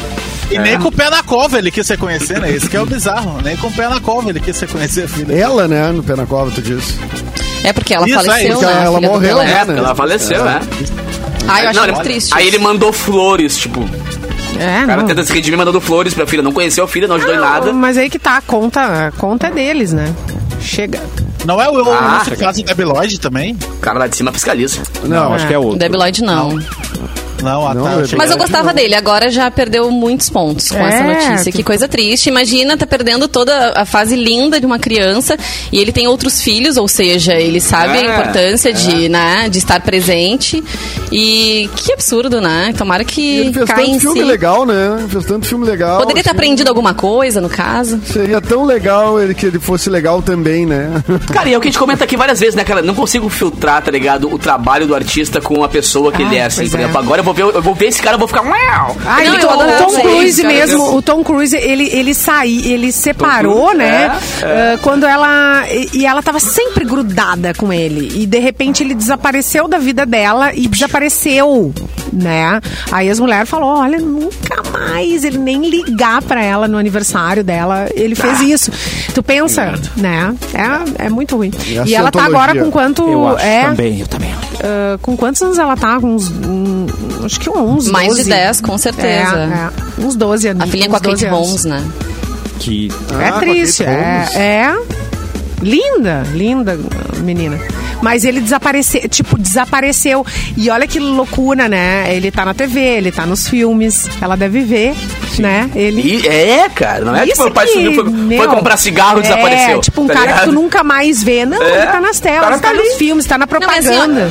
Speaker 1: É.
Speaker 6: E nem com o pé na cova ele quis reconhecer, né? Isso que é o bizarro. Nem com o pé na cova ele quis reconhecer a filha.
Speaker 2: Ela, né? No pé na cova, tu disse.
Speaker 5: É porque ela
Speaker 6: Isso, é,
Speaker 5: faleceu,
Speaker 6: porque
Speaker 5: né?
Speaker 2: ela-
Speaker 5: a
Speaker 2: ela
Speaker 5: filha do
Speaker 2: morreu,
Speaker 5: Pelé.
Speaker 4: É,
Speaker 2: né?
Speaker 4: porque ela faleceu, né?
Speaker 5: Ai, eu acho
Speaker 4: Não,
Speaker 5: muito
Speaker 4: ele-
Speaker 5: triste.
Speaker 4: Aí ele mandou flores, tipo. O
Speaker 3: É,
Speaker 4: cara
Speaker 3: não.
Speaker 4: tenta se redimir mandando flores pra filha. Não conheceu a filha, não ajudou em nada.
Speaker 3: Mas aí que tá, a conta, a conta é deles, né? Chega.
Speaker 6: Não é o eu
Speaker 4: Ah,
Speaker 6: ah, caso da Beloide também?
Speaker 4: O cara lá de cima fiscaliza.
Speaker 1: Não, acho que é outro.
Speaker 5: Debbie Lloyd não.
Speaker 6: Não, a
Speaker 2: Não,
Speaker 6: tá,
Speaker 2: eu-
Speaker 6: achei
Speaker 5: Mas eu
Speaker 6: que era-
Speaker 5: gostava dele, agora já perdeu muitos pontos com
Speaker 3: É,
Speaker 5: essa notícia.
Speaker 3: tu-
Speaker 5: Que coisa triste. Imagina, tá perdendo toda a fase linda de uma criança e ele tem outros filhos, ou seja, ele sabe
Speaker 4: É,
Speaker 5: a importância de, né, de estar presente. E que absurdo, né? Tomara
Speaker 2: E
Speaker 5: que
Speaker 2: ele fez
Speaker 5: caia em
Speaker 2: tanto filme
Speaker 5: si.
Speaker 2: legal, né? Fez tanto filme legal.
Speaker 5: Poderia tá- ter
Speaker 2: assim.
Speaker 5: aprendido alguma coisa, no caso.
Speaker 2: Seria tão legal ele que ele fosse legal também, né?
Speaker 4: Cara, e é o que a gente comenta aqui várias vezes, né, cara? Não consigo filtrar, tá ligado? O trabalho do artista com a pessoa que
Speaker 3: Ah,
Speaker 4: ele é, assim.
Speaker 3: pois
Speaker 4: Por
Speaker 3: é.
Speaker 4: exemplo, agora eu vou ver, eu vou ver esse cara, eu vou ficar. Uau!
Speaker 3: Ah,
Speaker 5: Não,
Speaker 3: e
Speaker 5: eu
Speaker 3: o
Speaker 5: adorava
Speaker 3: Tom
Speaker 5: isso,
Speaker 3: Cruise
Speaker 4: cara,
Speaker 3: mesmo,
Speaker 4: Deus.
Speaker 3: o Tom Cruise, ele, ele saiu, ele separou,
Speaker 4: Cruise,
Speaker 3: né?
Speaker 4: é,
Speaker 3: Ah, quando ela. E, e ela tava sempre grudada com ele. E de repente ele desapareceu da vida dela e desapareceu, né? Aí as mulheres falou: olha, nunca mais, ele nem ligar pra ela no aniversário dela. Ele
Speaker 4: Ah.
Speaker 3: fez isso. Tu pensa, né? É, é muito ruim.
Speaker 2: essa
Speaker 3: E ela tá
Speaker 2: antologia,
Speaker 3: agora com quanto.
Speaker 1: Eu acho tá
Speaker 3: é,
Speaker 1: também, eu também.
Speaker 3: ah, com quantos anos ela tá? Com uns. um- acho que uns
Speaker 5: Mais de
Speaker 3: 12.
Speaker 5: 10, com certeza.
Speaker 3: É, é. Uns 12 anos.
Speaker 5: A filhinha com a
Speaker 3: uns 12
Speaker 5: Kate
Speaker 3: anos.
Speaker 5: Holmes, né?
Speaker 1: Que
Speaker 3: É
Speaker 2: Ah,
Speaker 3: triste.
Speaker 2: com a Kate
Speaker 3: É,
Speaker 2: Holmes.
Speaker 3: é. Linda, linda menina. Mas ele desapareceu, tipo, desapareceu. E olha que loucura, né? Ele tá na TV, ele tá nos filmes, ela deve ver, né? Ele.
Speaker 4: E é, cara, não é
Speaker 3: Isso
Speaker 4: tipo o pai
Speaker 3: que,
Speaker 4: sumiu, foi,
Speaker 3: meu,
Speaker 4: foi comprar cigarro e
Speaker 3: é,
Speaker 4: desapareceu.
Speaker 3: tipo um
Speaker 4: tá
Speaker 3: cara que tu
Speaker 4: ligado?
Speaker 3: nunca mais vê. Não,
Speaker 4: É,
Speaker 3: ele tá nas
Speaker 4: o cara
Speaker 3: telas,
Speaker 4: tá
Speaker 3: tá nos
Speaker 4: ali.
Speaker 3: filmes, tá na
Speaker 5: Não, mas assim, ó,
Speaker 3: propaganda.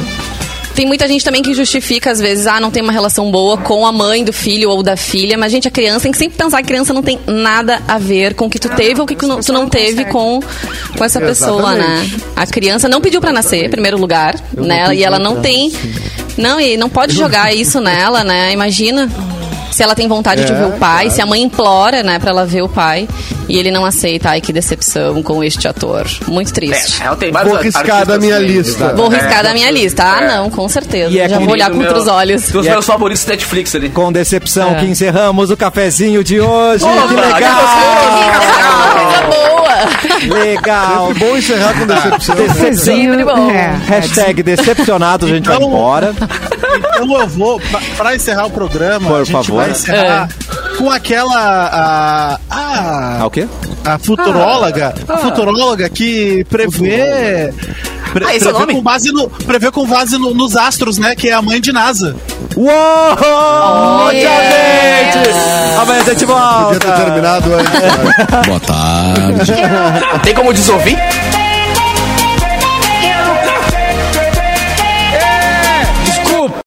Speaker 5: Tem muita gente também que justifica, às vezes, ah, não tem uma relação boa com a mãe do filho ou da filha, mas, gente, a criança tem que sempre pensar que a criança não tem nada a ver com o que tu teve ou o que tu Ah, não, tu não teve com, com essa pessoa, né? A criança não pediu pra nascer, em primeiro lugar, né? E ela não tem. Não, e não pode jogar isso nela, né? Imagina. Se ela tem vontade de
Speaker 2: É,
Speaker 5: ver o pai, se a mãe implora, né, pra ela ver o pai, e ele não aceita, ai que decepção com este ator. Muito triste.
Speaker 4: É, ela tem vários
Speaker 2: Vou riscar
Speaker 4: artistas
Speaker 2: da minha
Speaker 4: também,
Speaker 2: lista.
Speaker 4: exato.
Speaker 5: Vou riscar
Speaker 4: É.
Speaker 5: da minha lista. Ah, não, com certeza.
Speaker 1: E é
Speaker 5: Já vou
Speaker 1: querido
Speaker 5: olhar com
Speaker 4: meu-
Speaker 5: outros olhos.
Speaker 4: Dos
Speaker 1: E é-
Speaker 4: meus favoritos Netflix né? ali.
Speaker 1: com decepção que encerramos o cafezinho de hoje.
Speaker 4: Opa,
Speaker 1: que
Speaker 5: Ah,
Speaker 1: legal!
Speaker 5: coisa boa!
Speaker 1: legal!
Speaker 2: Sempre bom encerrar
Speaker 1: Tá.
Speaker 2: com decepção.
Speaker 1: Decepção.
Speaker 5: Sempre bom.
Speaker 3: Tá É.
Speaker 1: Hashtag decepcionado, a gente vai
Speaker 6: Então-
Speaker 1: embora.
Speaker 6: Então eu vou, pra- pra encerrar o programa,
Speaker 1: Por
Speaker 6: a gente
Speaker 1: favor.
Speaker 6: vai encerrar
Speaker 4: É.
Speaker 6: com aquela. A, a,
Speaker 1: Ah, o quê?
Speaker 6: a futuróloga. A futuróloga que prevê. Pre,
Speaker 4: Ah, esse é o
Speaker 6: prevê
Speaker 4: nome?
Speaker 6: com base, no, prevê com base no- nos astros, né? Que é a mãe de NASA.
Speaker 1: Oh, Uou! Tchau, gente! Amanhã a gente
Speaker 2: Podia
Speaker 1: volta!
Speaker 2: ter terminado antes. né?
Speaker 8: Boa tarde.
Speaker 4: Tem como desouvir?